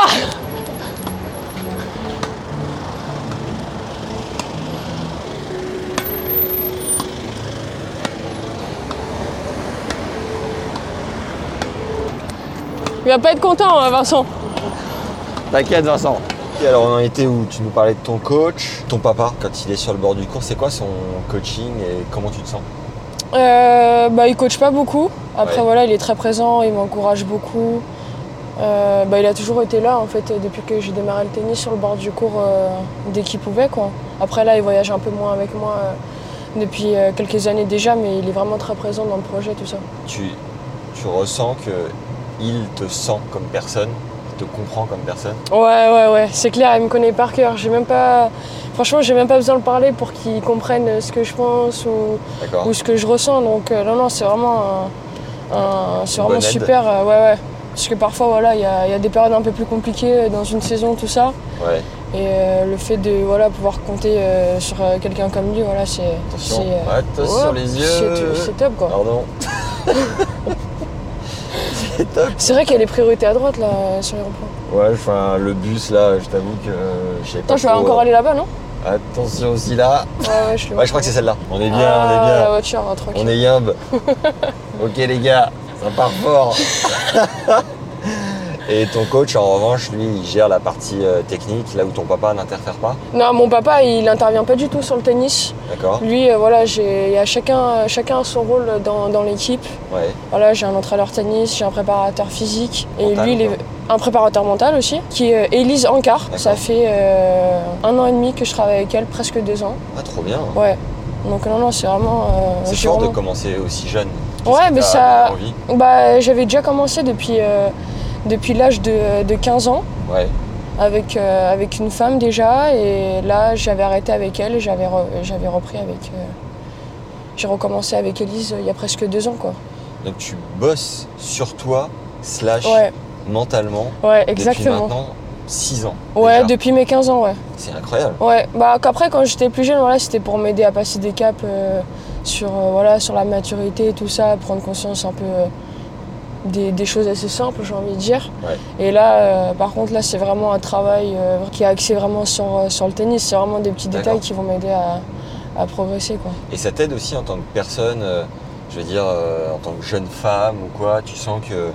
Speaker 2: Il va pas être content, hein, Vincent.
Speaker 1: T'inquiète Vincent. alors on en était où Tu nous parlais de ton coach, ton papa, quand il est sur le bord du cours, c'est quoi son coaching et comment tu te sens
Speaker 2: Euh, bah, il coach pas beaucoup. Après,
Speaker 1: Ouais.
Speaker 2: voilà, il est très présent, il m'encourage beaucoup. Euh, bah, il a toujours été là, en fait, depuis que j'ai démarré le tennis sur le bord du cours euh, dès qu'il pouvait, quoi. Après, là, il voyage un peu moins avec moi euh, depuis euh, quelques années déjà, mais il est vraiment très présent dans le projet, tout ça.
Speaker 1: tu, tu ressens que il te sent comme personne, il te comprend comme personne.
Speaker 2: Ouais, ouais, ouais, c'est clair, il me connaît par cœur. J'ai même pas. Franchement, j'ai même pas besoin de parler pour qu'il comprenne euh, ce que je pense ou,
Speaker 1: D'accord
Speaker 2: ou ce que je ressens. Donc, euh, non, non, c'est vraiment, un- un- c'est
Speaker 1: Une
Speaker 2: vraiment
Speaker 1: bonne aide.
Speaker 2: super. euh, ouais, ouais. Parce que parfois, voilà, il y a, il y a des périodes un peu plus compliquées euh, dans une saison, tout ça.
Speaker 1: Ouais.
Speaker 2: Et euh, le fait de voilà, pouvoir compter euh, sur euh, quelqu'un comme lui, voilà, c'est.
Speaker 1: Attention.
Speaker 2: c'est, euh,
Speaker 1: Attention
Speaker 2: ouais,
Speaker 1: les
Speaker 2: c'est-
Speaker 1: yeux.
Speaker 2: C'est top, quoi.
Speaker 1: Pardon. c'est top.
Speaker 2: C'est vrai qu'il y a les priorités à droite, là, euh, sur les ronds-points.
Speaker 1: Ouais, enfin le bus là, je t'avoue que euh, je sais pas.
Speaker 2: Attends, je vais
Speaker 1: trop,
Speaker 2: encore
Speaker 1: euh,
Speaker 2: aller là-bas, non
Speaker 1: Attention aussi là.
Speaker 2: Ouais, ouais, je le
Speaker 1: Ouais, je crois que c'est celle-là. On est bien, on est bien.
Speaker 2: La voiture, hein, tranquille.
Speaker 1: On est
Speaker 2: *laughs*
Speaker 1: yumb. ok les gars, ça part fort. Et ton coach, en revanche, lui, il gère la partie euh, technique, là où ton papa n'interfère pas.
Speaker 2: Non, mon papa, il intervient pas du tout sur le tennis.
Speaker 1: D'accord
Speaker 2: Lui, euh, voilà, j'ai, il y a chacun, chacun a son rôle dans, dans l'équipe.
Speaker 1: Ouais.
Speaker 2: Voilà, j'ai un entraîneur tennis, j'ai un préparateur physique et
Speaker 1: Mental,
Speaker 2: lui, il est
Speaker 1: quoi.
Speaker 2: un préparateur mental aussi, qui est Elise Ankar.
Speaker 1: D'accord.
Speaker 2: Ça fait euh, un an et demi que je travaille avec elle, presque deux ans.
Speaker 1: Ah, trop bien.
Speaker 2: Ouais. Donc non, non, c'est vraiment. euh,
Speaker 1: C'est
Speaker 2: j'ai
Speaker 1: fort
Speaker 2: vraiment-
Speaker 1: de commencer aussi jeune. Qu'est-ce
Speaker 2: Ouais,
Speaker 1: que
Speaker 2: mais
Speaker 1: t'as
Speaker 2: ça-
Speaker 1: envie
Speaker 2: Bah, j'avais déjà commencé depuis, euh, depuis l'âge de, de 15 ans
Speaker 1: Ouais.
Speaker 2: avec, euh, avec une femme déjà et là j'avais arrêté avec elle et j'avais, re- j'avais repris avec. euh, j'ai recommencé avec Elise euh, il y a presque deux ans quoi.
Speaker 1: Donc tu bosses sur toi, slash
Speaker 2: Ouais,
Speaker 1: mentalement,
Speaker 2: ouais,
Speaker 1: depuis
Speaker 2: exactement.
Speaker 1: maintenant 6 ans.
Speaker 2: ouais,
Speaker 1: déjà.
Speaker 2: depuis mes 15 ans, ouais.
Speaker 1: C'est incroyable.
Speaker 2: Ouais, bah qu'après quand j'étais plus jeune, voilà, c'était pour m'aider à passer des caps euh, sur, euh, voilà, sur la maturité et tout ça, prendre conscience un peu euh, des, des choses assez simples, j'ai envie de dire.
Speaker 1: Ouais.
Speaker 2: Et là, euh, par contre, là, c'est vraiment un travail euh, qui est axé vraiment sur, euh, sur le tennis. C'est vraiment des petits
Speaker 1: D'accord.
Speaker 2: détails qui vont m'aider à, à progresser, quoi.
Speaker 1: Et ça t'aide aussi en tant que personne, euh, je veux dire, euh, en tant que jeune femme ou quoi, tu sens que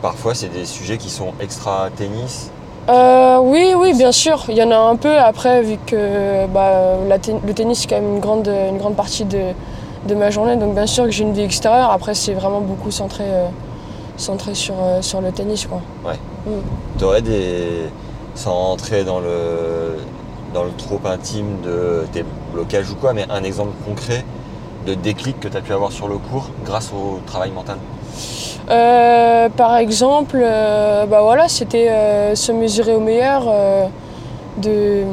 Speaker 1: parfois c'est des sujets qui sont extra tennis.
Speaker 2: Euh, oui, oui, bien sûr. Il y en a un peu. Après, vu que bah, la ten- le tennis, c'est quand même une grande, une grande partie de, de ma journée. Donc, bien sûr que j'ai une vie extérieure. Après, c'est vraiment beaucoup centré, euh, centré sur, euh, sur le tennis. Quoi.
Speaker 1: T'aurais des. sans entrer dans le. dans le trop intime de tes blocages ou quoi, mais un exemple concret de déclic que tu as pu avoir sur le cours grâce au travail mental.
Speaker 2: Euh, par exemple, euh, bah voilà, c'était euh, se mesurer au meilleur. euh, de...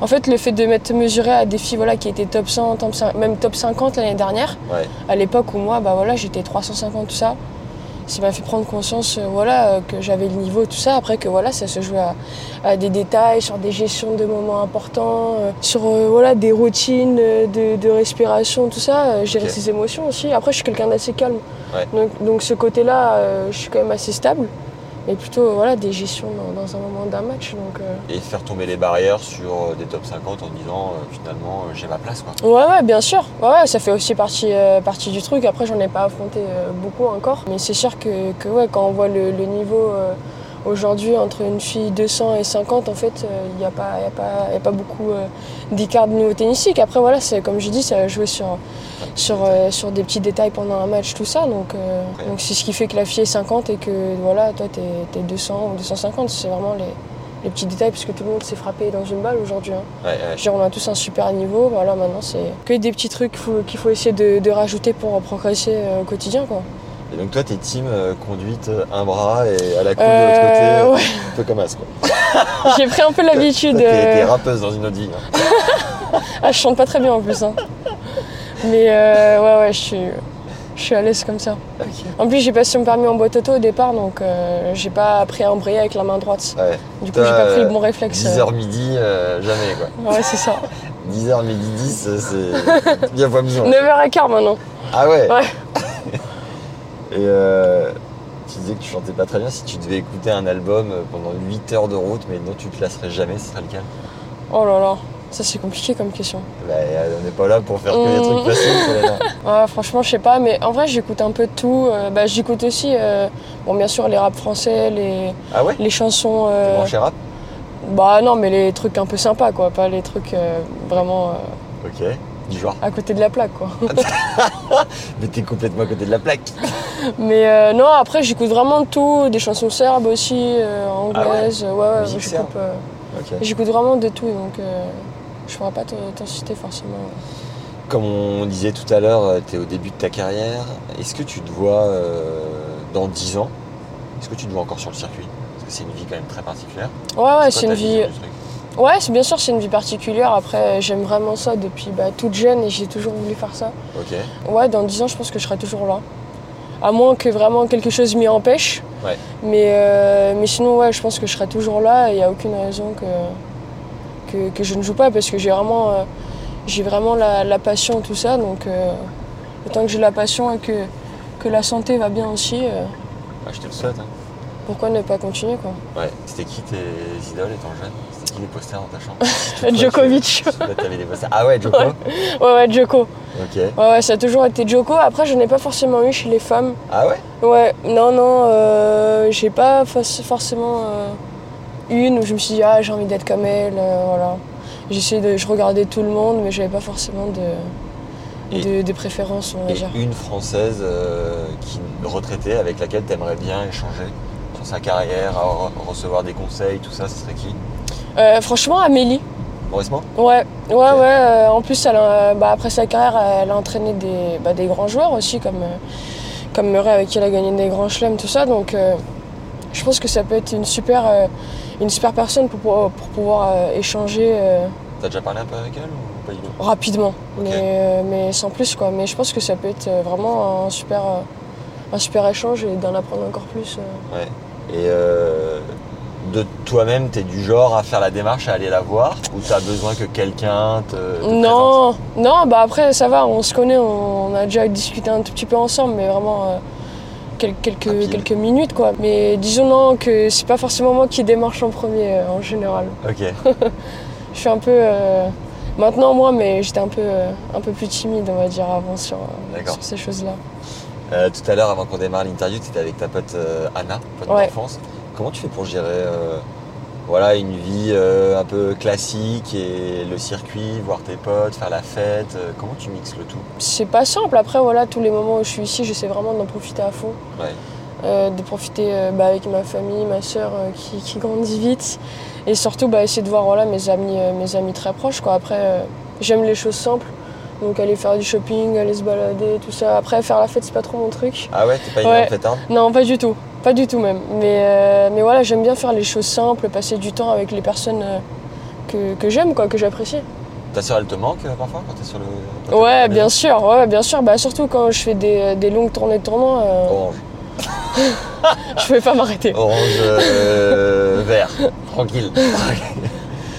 Speaker 2: En fait, le fait de m'être mesuré à des filles voilà, qui étaient top 100, top 5 même top 50 l'année dernière,
Speaker 1: Ouais.
Speaker 2: à l'époque où moi, bah voilà, j'étais 350, tout ça, ça m'a fait prendre conscience euh, voilà, euh, que j'avais le niveau, tout ça. Après, que voilà, ça se jouait à, à des détails, sur des gestions de moments importants, euh, sur euh, voilà, des routines euh, de, de respiration, tout ça. Euh, Gérer
Speaker 1: Ok.
Speaker 2: ses émotions aussi. Après, je suis quelqu'un d'assez calme.
Speaker 1: Ouais.
Speaker 2: Donc, donc, ce côté-là, euh, je suis quand même assez stable. Mais plutôt, voilà, des gestions dans, dans un moment d'un match. Donc, euh,
Speaker 1: Et faire tomber les barrières sur euh, des top 50 en disant euh, finalement euh, j'ai ma place quoi.
Speaker 2: Ouais, ouais, bien sûr. Ouais, ouais, ça fait aussi partie, euh, partie du truc. Après, j'en ai pas affronté euh, beaucoup encore. Mais c'est sûr que, que ouais, quand on voit le, le niveau euh, aujourd'hui entre une fille 200 et 50, en fait, il n'y a, pas- y a, pas- y a pas beaucoup euh, d'écart de niveau tennistique. Après, voilà, c'est comme je dis, ça a joué sur, sur, euh, sur des petits détails pendant un match, tout ça. Donc, euh,
Speaker 1: Ouais.
Speaker 2: donc c'est ce qui fait que la fille est 50 et que voilà, toi, t'es es 200 ou 250. C'est vraiment les, les petits détails, puisque tout le monde s'est frappé dans une balle aujourd'hui. hein.
Speaker 1: Ouais, ouais.
Speaker 2: Je veux dire, on a tous un super niveau, voilà, maintenant c'est que des petits trucs faut- qu'il faut essayer de, de rajouter pour progresser euh, au quotidien, quoi.
Speaker 1: Et donc toi t'es team euh, conduite euh, un bras et à la coupe de l'autre côté,
Speaker 2: Euh,
Speaker 1: euh,
Speaker 2: ouais,
Speaker 1: un peu comme As quoi.
Speaker 2: J'ai pris un peu l'habitude.
Speaker 1: Toi, T'es t'es
Speaker 2: euh,
Speaker 1: rappeuse dans une autre vie. hein.
Speaker 2: Ah, je chante pas très bien en plus, hein. Mais euh, ouais, ouais, je suis, je suis à l'aise comme ça. En plus, j'ai passé mon permis en boîte auto au départ, donc euh, j'ai pas appris à embrayer avec la main droite.
Speaker 1: Ouais.
Speaker 2: Du coup, j'ai pas
Speaker 1: T'as,
Speaker 2: pris le
Speaker 1: euh,
Speaker 2: bon réflexe.
Speaker 1: 10h midi, euh, jamais quoi.
Speaker 2: Ouais, c'est ça.
Speaker 1: 10h midi 10, euh, c'est bien fois mignon.
Speaker 2: 9h15 maintenant.
Speaker 1: Ah ouais
Speaker 2: Ouais.
Speaker 1: *laughs* Et euh, tu disais que tu chantais pas très bien. Si tu devais écouter un album euh, pendant 8 heures de route, mais dont tu te lasserais jamais, ce serait lequel
Speaker 2: Oh là là, ça c'est compliqué comme question.
Speaker 1: bah, euh, On n'est pas là pour faire que des trucs
Speaker 2: Mm.
Speaker 1: faciles, hein. Solana.
Speaker 2: Ouais, Ah, franchement, je sais pas, mais en vrai, j'écoute un peu de tout. Euh, bah, j'écoute aussi, euh, bon, bien sûr, les rap français, les,
Speaker 1: Ah ouais
Speaker 2: les chansons. euh,
Speaker 1: T'es branché rap
Speaker 2: bah, non, mais les trucs un peu sympas, quoi. Pas les trucs euh, vraiment euh,
Speaker 1: Ok. Du genre.
Speaker 2: à côté de la plaque, quoi. *laughs*
Speaker 1: Mais t'es complètement à côté de la plaque.
Speaker 2: mais euh, non, après, j'écoute vraiment de tout. Des chansons serbes aussi, euh, anglaises. ouais, ouais,
Speaker 1: Ah Musique
Speaker 2: j'écoute,
Speaker 1: serbe.
Speaker 2: euh,
Speaker 1: Ok.
Speaker 2: j'écoute vraiment de tout, donc euh, je pourrais pas te- t'en citer forcément.
Speaker 1: Comme on disait tout à l'heure, euh, t'es au début de ta carrière. Est-ce que tu te vois euh, dans 10 ans Est-ce que tu te vois encore sur le circuit Parce que c'est une vie quand même très particulière.
Speaker 2: Ouais, ouais,
Speaker 1: quoi
Speaker 2: c'est une
Speaker 1: ta
Speaker 2: vie.
Speaker 1: vision du truc
Speaker 2: Ouais, c'est- bien sûr, c'est une vie particulière. Après, j'aime vraiment ça depuis bah, toute jeune et j'ai toujours voulu faire ça.
Speaker 1: Ok.
Speaker 2: Ouais, dans 10 ans, je pense que je serai toujours là. À moins que vraiment quelque chose m'y empêche.
Speaker 1: Ouais.
Speaker 2: Mais, euh, mais sinon, ouais, je pense que je serai toujours là. Il n'y a aucune raison que, que, que je ne joue pas parce que j'ai vraiment, euh, j'ai vraiment la, la passion, tout ça. Donc, euh, autant que j'ai la passion et que, que la santé va bien aussi, euh,
Speaker 1: Ah, je te le souhaite. hein.
Speaker 2: pourquoi ne pas continuer quoi
Speaker 1: Ouais. C'était qui tes idoles étant jeune
Speaker 2: *laughs*
Speaker 1: C'était qui les posters dans ta chambre Toi, tu-
Speaker 2: Djokovic
Speaker 1: toi, T'avais des posters. Ah ouais, Djoko
Speaker 2: Ouais, ouais, Djoko.
Speaker 1: Ok.
Speaker 2: Ouais, ouais, ça a toujours été Joko. Après, je n'ai pas forcément eu chez les femmes.
Speaker 1: Ah ouais
Speaker 2: Ouais, non, non, euh, j'ai pas fac- forcément euh, une où je me suis dit, ah, j'ai envie d'être comme elle, euh, voilà. J'essayais de. Je regardais tout le monde, mais j'avais pas forcément de, de, de préférence, on va
Speaker 1: Et
Speaker 2: dire.
Speaker 1: une française euh, qui retraitée avec laquelle t'aimerais bien échanger sur sa carrière, à re- recevoir des conseils, tout ça, ce serait qui
Speaker 2: Euh, franchement, Amélie.
Speaker 1: Heureusement
Speaker 2: Ouais, ouais, ouais. euh, en plus, elle a- bah, après sa carrière, elle a entraîné des, bah, des grands joueurs aussi, comme, euh, comme Murray, avec qui elle a gagné des grands chelems, tout ça. Donc, euh, je pense que ça peut être une super, euh, une super personne pour, pour, pour pouvoir euh, échanger euh,
Speaker 1: T'as déjà parlé un peu avec elle ou pas du tout
Speaker 2: rapidement,
Speaker 1: Ok.
Speaker 2: mais, euh, mais sans plus, quoi. Mais je pense que ça peut être euh, vraiment un super, euh, un super échange et d'en apprendre encore plus. euh.
Speaker 1: Ouais. Et euh, de toi-même, t'es du genre à faire la démarche, à aller la voir Ou t'as besoin que quelqu'un te, te présente
Speaker 2: Non, non, bah après, ça va, on se connaît, on, on a déjà discuté un tout petit peu ensemble, mais vraiment. euh, quel- Quelques,
Speaker 1: Rapide.
Speaker 2: quelques minutes quoi. Mais disons non que c'est pas forcément moi qui démarche en premier euh, en général.
Speaker 1: Ok.
Speaker 2: Je suis un peu. euh, maintenant moi, mais j'étais un peu, euh, un peu plus timide on va dire avant sur, euh,
Speaker 1: D'accord.
Speaker 2: sur ces choses-là.
Speaker 1: Euh, tout à l'heure, avant qu'on démarre l'interview, t'étais avec ta pote euh, Anna, pote
Speaker 2: Ouais.
Speaker 1: d'enfance. Comment tu fais pour gérer euh, voilà, une vie euh, un peu classique et le circuit, voir tes potes, faire la fête euh, Comment tu mixes le tout
Speaker 2: C'est pas simple. Après, voilà, tous les moments où je suis ici, j'essaie vraiment d'en profiter à fond.
Speaker 1: Ouais.
Speaker 2: Euh, de profiter euh, bah, avec ma famille, ma soeur qui, qui grandit vite. Et surtout, bah, essayer de voir voilà, mes, amis, euh, mes amis très proches. Quoi. Après, euh, j'aime les choses simples. Donc, aller faire du shopping, aller se balader, tout ça. Après, faire la fête, c'est pas trop mon truc.
Speaker 1: Ah ouais, t'es pas une
Speaker 2: Ouais.
Speaker 1: grande fêtarde
Speaker 2: Non, pas du tout. Pas du tout même. Mais, euh, mais voilà, j'aime bien faire les choses simples, passer du temps avec les personnes euh, que, que j'aime, quoi, que j'apprécie.
Speaker 1: Ta soeur, elle te manque euh, parfois quand t'es sur le. quand t'es à la
Speaker 2: Ouais, bien
Speaker 1: maison
Speaker 2: sûr, ouais, bien sûr. Bah, surtout quand je fais des, des longues tournées de tournoi, euh,
Speaker 1: Orange.
Speaker 2: je vais pas m'arrêter.
Speaker 1: Orange *laughs* euh, vert. Tranquille.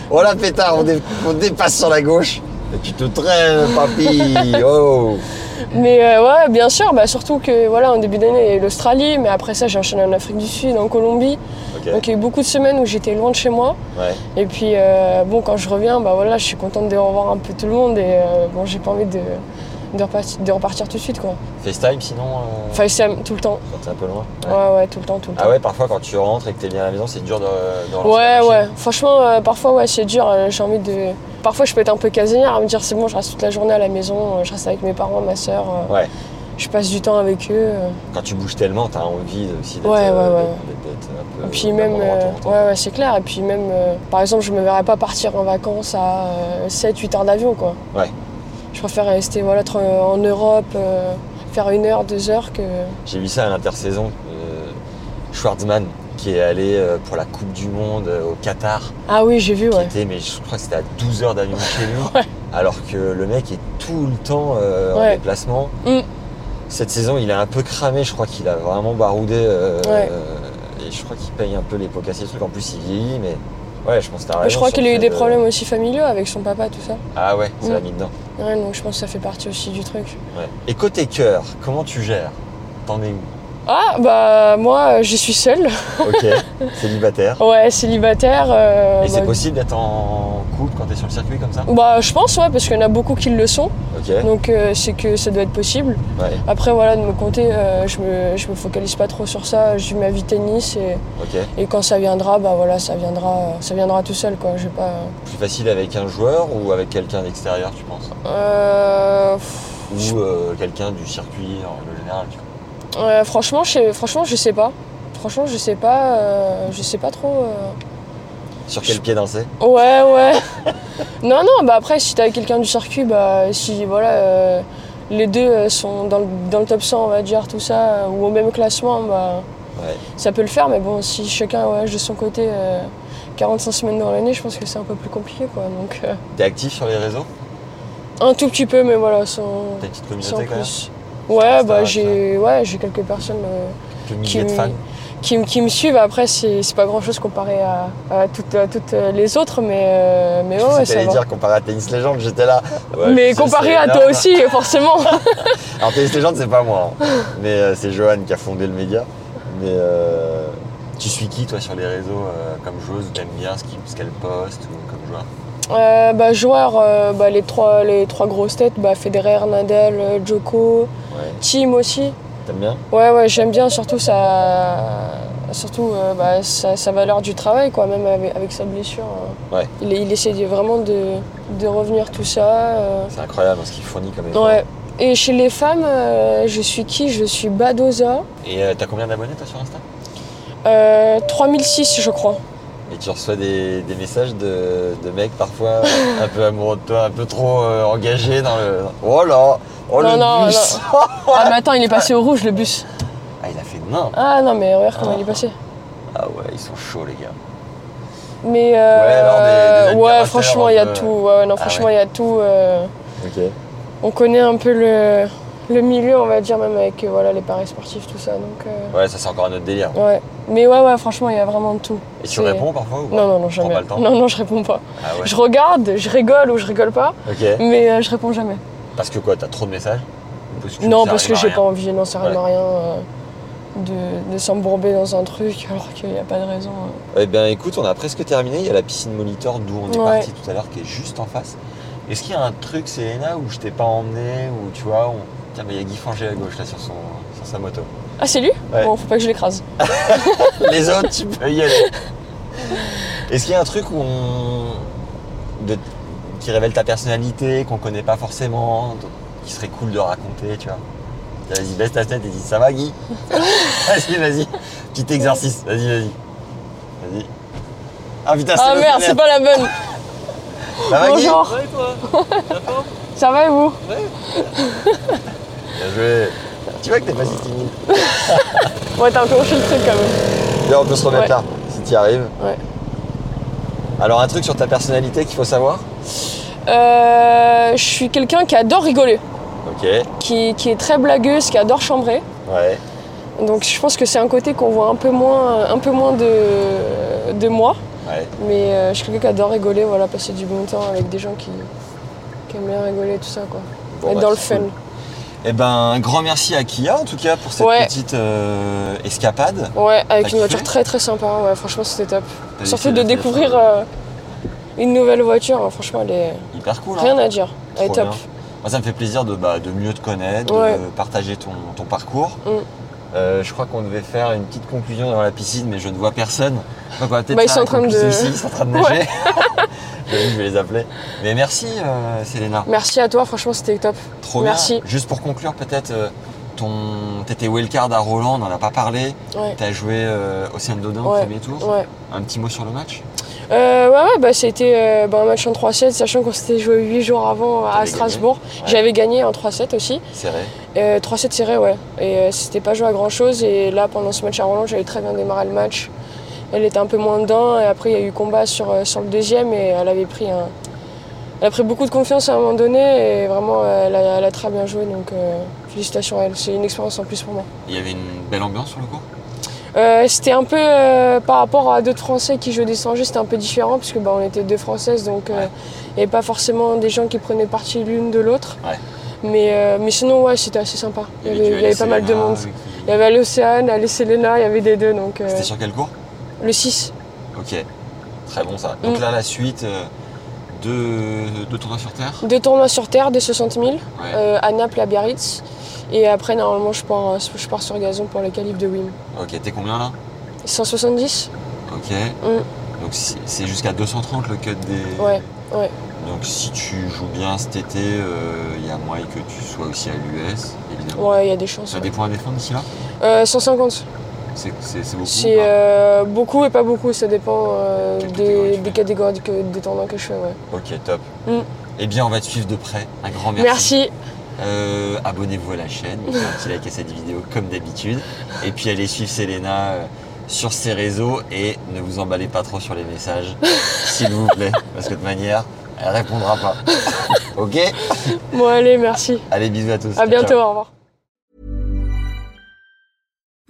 Speaker 1: voilà, pétard, on, dé- on dépasse sur la gauche. Et tu te traînes, *laughs* papy. Oh.
Speaker 2: Mais euh, ouais, bien sûr, bah, surtout que voilà, en début d'année, il y a eu l'Australie, mais après ça, j'ai enchaîné en Afrique du Sud, en Colombie.
Speaker 1: Ok.
Speaker 2: Donc il y a eu beaucoup de semaines où j'étais loin de chez moi.
Speaker 1: Ouais.
Speaker 2: Et puis, euh, bon, quand je reviens, bah voilà, je suis contente de revoir un peu tout le monde et euh, bon, j'ai pas envie de, de, repartir, de repartir tout de suite, quoi.
Speaker 1: FaceTime sinon euh,
Speaker 2: FaceTime tout le temps.
Speaker 1: quand t'es un peu loin.
Speaker 2: Ouais, ouais, tout le temps, tout le temps.
Speaker 1: Ah ouais, parfois quand tu rentres et que t'es bien à la maison, c'est dur de. de relancer
Speaker 2: Ouais,
Speaker 1: la machine.
Speaker 2: ouais. Franchement, euh, parfois, ouais, c'est dur. euh, J'ai envie de. Parfois, je peux être un peu casanière à me dire, c'est bon, je reste toute la journée à la maison, euh, je reste avec mes parents, ma soeur.
Speaker 1: Ouais.
Speaker 2: Je passe du temps avec eux. euh.
Speaker 1: Quand tu bouges tellement, t'as envie aussi d'être
Speaker 2: Ouais, ouais,
Speaker 1: euh,
Speaker 2: ouais.
Speaker 1: d'être- d'être un peu.
Speaker 2: Et puis même,
Speaker 1: d'un endroit à
Speaker 2: euh,
Speaker 1: ton endroit.
Speaker 2: ouais, ouais, c'est clair. Et puis même, euh, par exemple, je me verrais pas partir en vacances à 7-8 heures d'avion, quoi.
Speaker 1: Ouais.
Speaker 2: Je préfère rester voilà, tra- en Europe, euh, faire une heure, deux heures que.
Speaker 1: J'ai vu ça à l'intersaison. euh, Schwartzmann qui est allé euh, pour la Coupe du Monde euh, au Qatar.
Speaker 2: Ah oui, j'ai vu,
Speaker 1: qui
Speaker 2: ouais.
Speaker 1: était, mais je crois que c'était à 12 heures d'avion de chez lui, alors que le mec est tout le temps euh, en
Speaker 2: Ouais.
Speaker 1: déplacement.
Speaker 2: Mm.
Speaker 1: Cette saison, il a un peu cramé, je crois qu'il a vraiment baroudé, euh,
Speaker 2: Ouais.
Speaker 1: euh, et je crois qu'il paye un peu les pots cassés, le truc. En plus, il vieillit, mais ouais, je pense que t'as raison.
Speaker 2: je crois
Speaker 1: sur
Speaker 2: qu'il a
Speaker 1: le
Speaker 2: eu
Speaker 1: fait
Speaker 2: des
Speaker 1: de-
Speaker 2: problèmes aussi familiaux avec son papa, tout ça.
Speaker 1: Ah ouais, ça
Speaker 2: Mm.
Speaker 1: l'a mis dedans.
Speaker 2: Ouais, donc je pense que ça fait partie aussi du truc.
Speaker 1: Ouais. Et côté cœur, comment tu gères T'en es
Speaker 2: *laughs*
Speaker 1: où
Speaker 2: Ah, bah moi, euh, je suis seule. *laughs*
Speaker 1: Ok, célibataire.
Speaker 2: Ouais, célibataire. euh,
Speaker 1: Et c'est
Speaker 2: bah,
Speaker 1: possible d'être en couple quand t'es sur le circuit comme ça
Speaker 2: bah, je pense, ouais, parce qu'il y en a beaucoup qui le sont.
Speaker 1: Ok, ouais.
Speaker 2: Donc, euh, c'est que ça doit être possible. Après, voilà, de me compter, euh, je, me, je me focalise pas trop sur ça. Je vis ma vie tennis et,
Speaker 1: ok.
Speaker 2: et quand ça viendra, bah voilà, ça viendra, ça viendra tout seul, quoi. Je vais pas.
Speaker 1: Plus facile avec un joueur ou avec quelqu'un d'extérieur, tu penses
Speaker 2: Euh, pff,
Speaker 1: ou euh, quelqu'un du circuit en général. Tu vois.
Speaker 2: ouais, franchement, je, sais- franchement, je sais pas. Franchement, je sais pas. euh, je sais pas trop. euh.
Speaker 1: Sur quel pied danser
Speaker 2: Ouais, ouais. non, non, bah après, si t'as quelqu'un du circuit, bah si, voilà, euh, les deux euh, sont dans le, dans le top 100, on va dire, tout ça, euh, ou au même classement, bah
Speaker 1: Ouais.
Speaker 2: ça peut le faire, mais bon, si chacun, ouais, de son côté, euh, 45 semaines dans l'année, je pense que c'est un peu plus compliqué, quoi. Donc, euh,
Speaker 1: T'es actif sur les réseaux
Speaker 2: un tout petit peu, mais voilà, sans,
Speaker 1: T'as une petite
Speaker 2: sans
Speaker 1: communauté quand même
Speaker 2: plus.
Speaker 1: Insta,
Speaker 2: Ouais, bah
Speaker 1: tout
Speaker 2: j'ai ouais, j'ai quelques personnes euh,
Speaker 1: Quelques
Speaker 2: qui,
Speaker 1: milliers de
Speaker 2: me-
Speaker 1: fans
Speaker 2: qui, me- qui me suivent. Après, c'est c'est pas grand chose comparé à, à toutes, à toutes les autres, mais, euh, mais
Speaker 1: Je
Speaker 2: ouais, ouais,
Speaker 1: pensais que
Speaker 2: ça
Speaker 1: t'allais
Speaker 2: va.
Speaker 1: dire comparé à Tennis Légende, j'étais là. Ouais,
Speaker 2: mais
Speaker 1: je sais,
Speaker 2: comparé
Speaker 1: c'est
Speaker 2: à
Speaker 1: énorme.
Speaker 2: toi aussi, *laughs* forcément.
Speaker 1: Alors Tennis Légende, c'est pas moi, hein. mais euh, c'est Johan qui a fondé le média. Mais euh, tu suis qui toi sur les réseaux euh, comme joueuse T'aimes bien ce qui- ce qu'elle poste ou comme joueur
Speaker 2: Euh, bah, joueurs, euh, bah, les, trois, les trois grosses têtes, bah, Federer, Nadal, euh, Djoko,
Speaker 1: Ouais.
Speaker 2: Team aussi.
Speaker 1: T'aimes bien
Speaker 2: Ouais, ouais, j'aime bien, surtout, ça, surtout euh, bah, sa, sa valeur du travail, quoi, même avec, avec sa blessure. hein.
Speaker 1: Ouais.
Speaker 2: Il, il essaie de- vraiment de, de revenir tout ça. euh.
Speaker 1: C'est incroyable hein, ce qu'il fournit comme effort.
Speaker 2: Ouais. Et chez les femmes, euh, je suis qui Je suis Badoza.
Speaker 1: Et euh, t'as combien d'abonnés toi sur Insta
Speaker 2: Euh, 3006, je crois.
Speaker 1: Et tu reçois des, des messages de, de mecs parfois *laughs* euh, un peu amoureux de toi, un peu trop euh, engagés dans le. Oh là Oh
Speaker 2: Non,
Speaker 1: le
Speaker 2: non,
Speaker 1: bus
Speaker 2: Ah, mais attends, il est passé au rouge, le bus.
Speaker 1: *laughs* Ah, il a fait nain
Speaker 2: Ah, non, mais regarde comment il est passé.
Speaker 1: Ah ouais, ils sont chauds les gars.
Speaker 2: Mais
Speaker 1: alors, des-
Speaker 2: euh,
Speaker 1: des
Speaker 2: ouais,
Speaker 1: admirateurs
Speaker 2: franchement,
Speaker 1: un
Speaker 2: il y a
Speaker 1: peu.
Speaker 2: tout. Ouais, ouais, non,
Speaker 1: Ah
Speaker 2: franchement, il y a tout. euh,
Speaker 1: Ok.
Speaker 2: on connaît un peu le, le milieu, on va dire, même avec euh, voilà, les paris sportifs, tout ça. Donc, euh,
Speaker 1: Ouais, ça c'est encore un autre délire.
Speaker 2: ouais. Mais ouais, ouais, franchement, il y a vraiment de tout.
Speaker 1: Et tu
Speaker 2: C'est-
Speaker 1: réponds parfois ou pas
Speaker 2: Non, non, non,
Speaker 1: Tu prends
Speaker 2: jamais.
Speaker 1: pas le temps
Speaker 2: Non, non, je réponds pas.
Speaker 1: Ah ouais.
Speaker 2: Je regarde, je rigole ou je rigole pas,
Speaker 1: Ok.
Speaker 2: mais euh, je réponds jamais.
Speaker 1: Parce que quoi, t'as trop de messages Parce
Speaker 2: non,
Speaker 1: ça
Speaker 2: parce
Speaker 1: arrive
Speaker 2: que
Speaker 1: à
Speaker 2: j'ai
Speaker 1: rien.
Speaker 2: pas envie, non, ça sert
Speaker 1: Ouais.
Speaker 2: à rien euh, de, de s'embourber dans un truc alors qu'il n'y a pas de raison. euh.
Speaker 1: Eh bien écoute, on a presque terminé. Il y a la piscine Molitor d'où on est
Speaker 2: Ouais.
Speaker 1: parti tout à l'heure qui est juste en face. Est-ce qu'il y a un truc, Selena, où je t'ai pas emmené Ou tu vois, on... tiens, mais il y a Guy Fangé à gauche là sur, son... sur sa moto.
Speaker 2: Ah, c'est lui
Speaker 1: Ouais.
Speaker 2: Bon, faut pas que je l'écrase.
Speaker 1: Les autres,
Speaker 2: *laughs*
Speaker 1: tu peux y aller. Est-ce qu'il y a un truc où on... de- qui révèle ta personnalité, qu'on connaît pas forcément, donc, qui serait cool de raconter, tu vois Tiens, Vas-y, baisse ta tête et dis ça va,
Speaker 2: *laughs*
Speaker 1: Guy Vas-y, vas-y. Petit exercice, vas-y, vas-y. Vas-y. Ah putain, c'est
Speaker 2: Ah
Speaker 1: le
Speaker 2: merde,
Speaker 1: scénario.
Speaker 2: c'est pas la bonne.
Speaker 1: Ça va, Guy
Speaker 2: Bonjour.
Speaker 3: Ouais, toi La forme
Speaker 2: Ça va et vous
Speaker 1: Bien joué. Tu vois que t'es pas si timide.
Speaker 2: Ouais, t'as encore fait le truc quand même.
Speaker 1: Là, on peut se remettre
Speaker 2: Ouais.
Speaker 1: là, si t'y arrives.
Speaker 2: Ouais.
Speaker 1: Alors, un truc sur ta personnalité qu'il faut savoir
Speaker 2: Euh, je suis quelqu'un qui adore rigoler,
Speaker 1: Ok. Ouais.
Speaker 2: qui, qui est très blagueuse, qui adore chambrer. Donc je pense que c'est un côté qu'on voit un peu moins, un peu moins de, de moi.
Speaker 1: Ouais.
Speaker 2: Mais euh, je suis quelqu'un qui adore rigoler, voilà, passer du bon temps avec des gens qui, qui aiment bien rigoler, tout ça quoi.
Speaker 1: Bon,
Speaker 2: Être
Speaker 1: bah,
Speaker 2: dans le
Speaker 1: c'est
Speaker 2: fun.
Speaker 1: cool. Eh ben, un grand merci à Kia en tout cas pour cette
Speaker 2: Ouais.
Speaker 1: petite euh, escapade.
Speaker 2: Ouais, avec
Speaker 1: T'as
Speaker 2: une voiture
Speaker 1: kiffé
Speaker 2: très très sympa, ouais, franchement c'était top.
Speaker 1: T'as
Speaker 2: Surtout
Speaker 1: laissé
Speaker 2: de
Speaker 1: la hein.
Speaker 2: découvrir
Speaker 1: téléphone.
Speaker 2: euh, une nouvelle voiture, hein, franchement elle est.
Speaker 1: Hyper cool. hein.
Speaker 2: Rien à dire, elle est
Speaker 1: Trop
Speaker 2: top.
Speaker 1: bien. Moi, ça me fait plaisir de, bah, de mieux te connaître,
Speaker 2: Ouais.
Speaker 1: de partager ton, ton parcours.
Speaker 2: Mm.
Speaker 1: Euh, je crois qu'on devait faire une petite conclusion dans la piscine, mais je ne vois personne. Donc, on va peut-être
Speaker 2: Bah, ils
Speaker 1: faire
Speaker 2: sont
Speaker 1: la
Speaker 2: en train de-
Speaker 1: conclusion ici, ils sont en train de
Speaker 2: Ouais.
Speaker 1: nager. *laughs* J'avoue que je vais les appeler. Mais merci, euh, Selena.
Speaker 2: Merci à toi, franchement c'était top.
Speaker 1: Trop bien.
Speaker 2: Merci.
Speaker 1: Juste pour conclure, peut-être, euh, ton... t'étais wildcard à Roland, on n'en a pas parlé.
Speaker 2: Ouais.
Speaker 1: T'as joué euh, Océane Dodin au
Speaker 2: Ouais.
Speaker 1: premier tour.
Speaker 2: Ouais.
Speaker 1: Un petit mot sur le match
Speaker 2: Euh, ouais, ouais, bah, c'était euh, bah, un match en 3-7, sachant qu'on s'était joué 8 jours avant euh, à
Speaker 1: T'avais
Speaker 2: Strasbourg.
Speaker 1: gagné. Ouais.
Speaker 2: J'avais gagné en 3-7 aussi.
Speaker 1: C'est vrai.
Speaker 2: Euh, 3-7 serré, ouais. Et euh, c'était pas joué à grand chose. Et là, pendant ce match à Roland, j'avais très bien démarré le match. Elle était un peu moins dedans. Et après, il y a eu combat sur, euh, sur le deuxième. Et elle avait pris un. Elle a pris beaucoup de confiance à un moment donné. Et vraiment, euh, elle a, elle a très bien joué. Donc, euh, félicitations à elle. C'est une expérience en plus pour moi.
Speaker 1: Il y avait une belle ambiance sur le court
Speaker 2: Euh, c'était un peu euh, par rapport à d'autres Français qui jouaient des sans c'était un peu différent parce que bah, on était deux Françaises donc euh,
Speaker 1: Ouais.
Speaker 2: il n'y avait pas forcément des gens qui prenaient parti l'une de l'autre.
Speaker 1: Ouais.
Speaker 2: Mais, euh, mais sinon ouais c'était assez sympa. Il y avait, il y
Speaker 1: Duel
Speaker 2: avait pas mal de
Speaker 1: Selena,
Speaker 2: monde.
Speaker 1: oui,
Speaker 2: Il y avait l'Océane, à Selena, il y avait des deux donc euh,
Speaker 1: C'était sur quel cours
Speaker 2: le 6.
Speaker 1: Ok, très bon ça. Donc
Speaker 2: Mm.
Speaker 1: là, la suite euh, de, de tournois sur Terre
Speaker 2: Deux tournois sur terre des 60 000
Speaker 1: Ouais.
Speaker 2: euh, à Naples et à Biarritz. Et après normalement je pars, euh, je pars sur gazon pour les qualifs de Wim.
Speaker 1: Ok, t'es combien là
Speaker 2: 170
Speaker 1: Ok.
Speaker 2: Mm.
Speaker 1: Donc si- c'est jusqu'à 230 le cut des.
Speaker 2: Ouais, ouais.
Speaker 1: Donc si tu joues bien cet été, euh, il y a moyen que tu sois aussi à l'US, évidemment.
Speaker 2: Ouais il y a des chances.
Speaker 1: Ça a
Speaker 2: ouais.
Speaker 1: Ah, des points à défendre d'ici là
Speaker 2: Euh, 150
Speaker 1: C'est c'est- c'est beaucoup
Speaker 2: C'est
Speaker 1: ou pas
Speaker 2: euh, beaucoup et pas beaucoup, ça dépend euh,
Speaker 1: Quelle catégorie
Speaker 2: des,
Speaker 1: tu
Speaker 2: des
Speaker 1: fais
Speaker 2: catégories que, des tournois que je fais. ouais.
Speaker 1: Ok, top.
Speaker 2: Mm.
Speaker 1: Eh bien, on va te suivre de près. Un grand merci.
Speaker 2: Merci.
Speaker 1: Euh, Abonnez-vous à la chaîne, mettez un petit like à cette vidéo comme d'habitude. Et puis allez suivre Selena euh, sur ses réseaux et ne vous emballez pas trop sur les messages, s'il vous plaît, parce que de toute manière, elle répondra pas. ok
Speaker 2: Bon, allez, merci.
Speaker 1: Allez, bisous à tous.
Speaker 2: À
Speaker 1: Ciao, ciao.
Speaker 2: bientôt, au revoir.
Speaker 4: My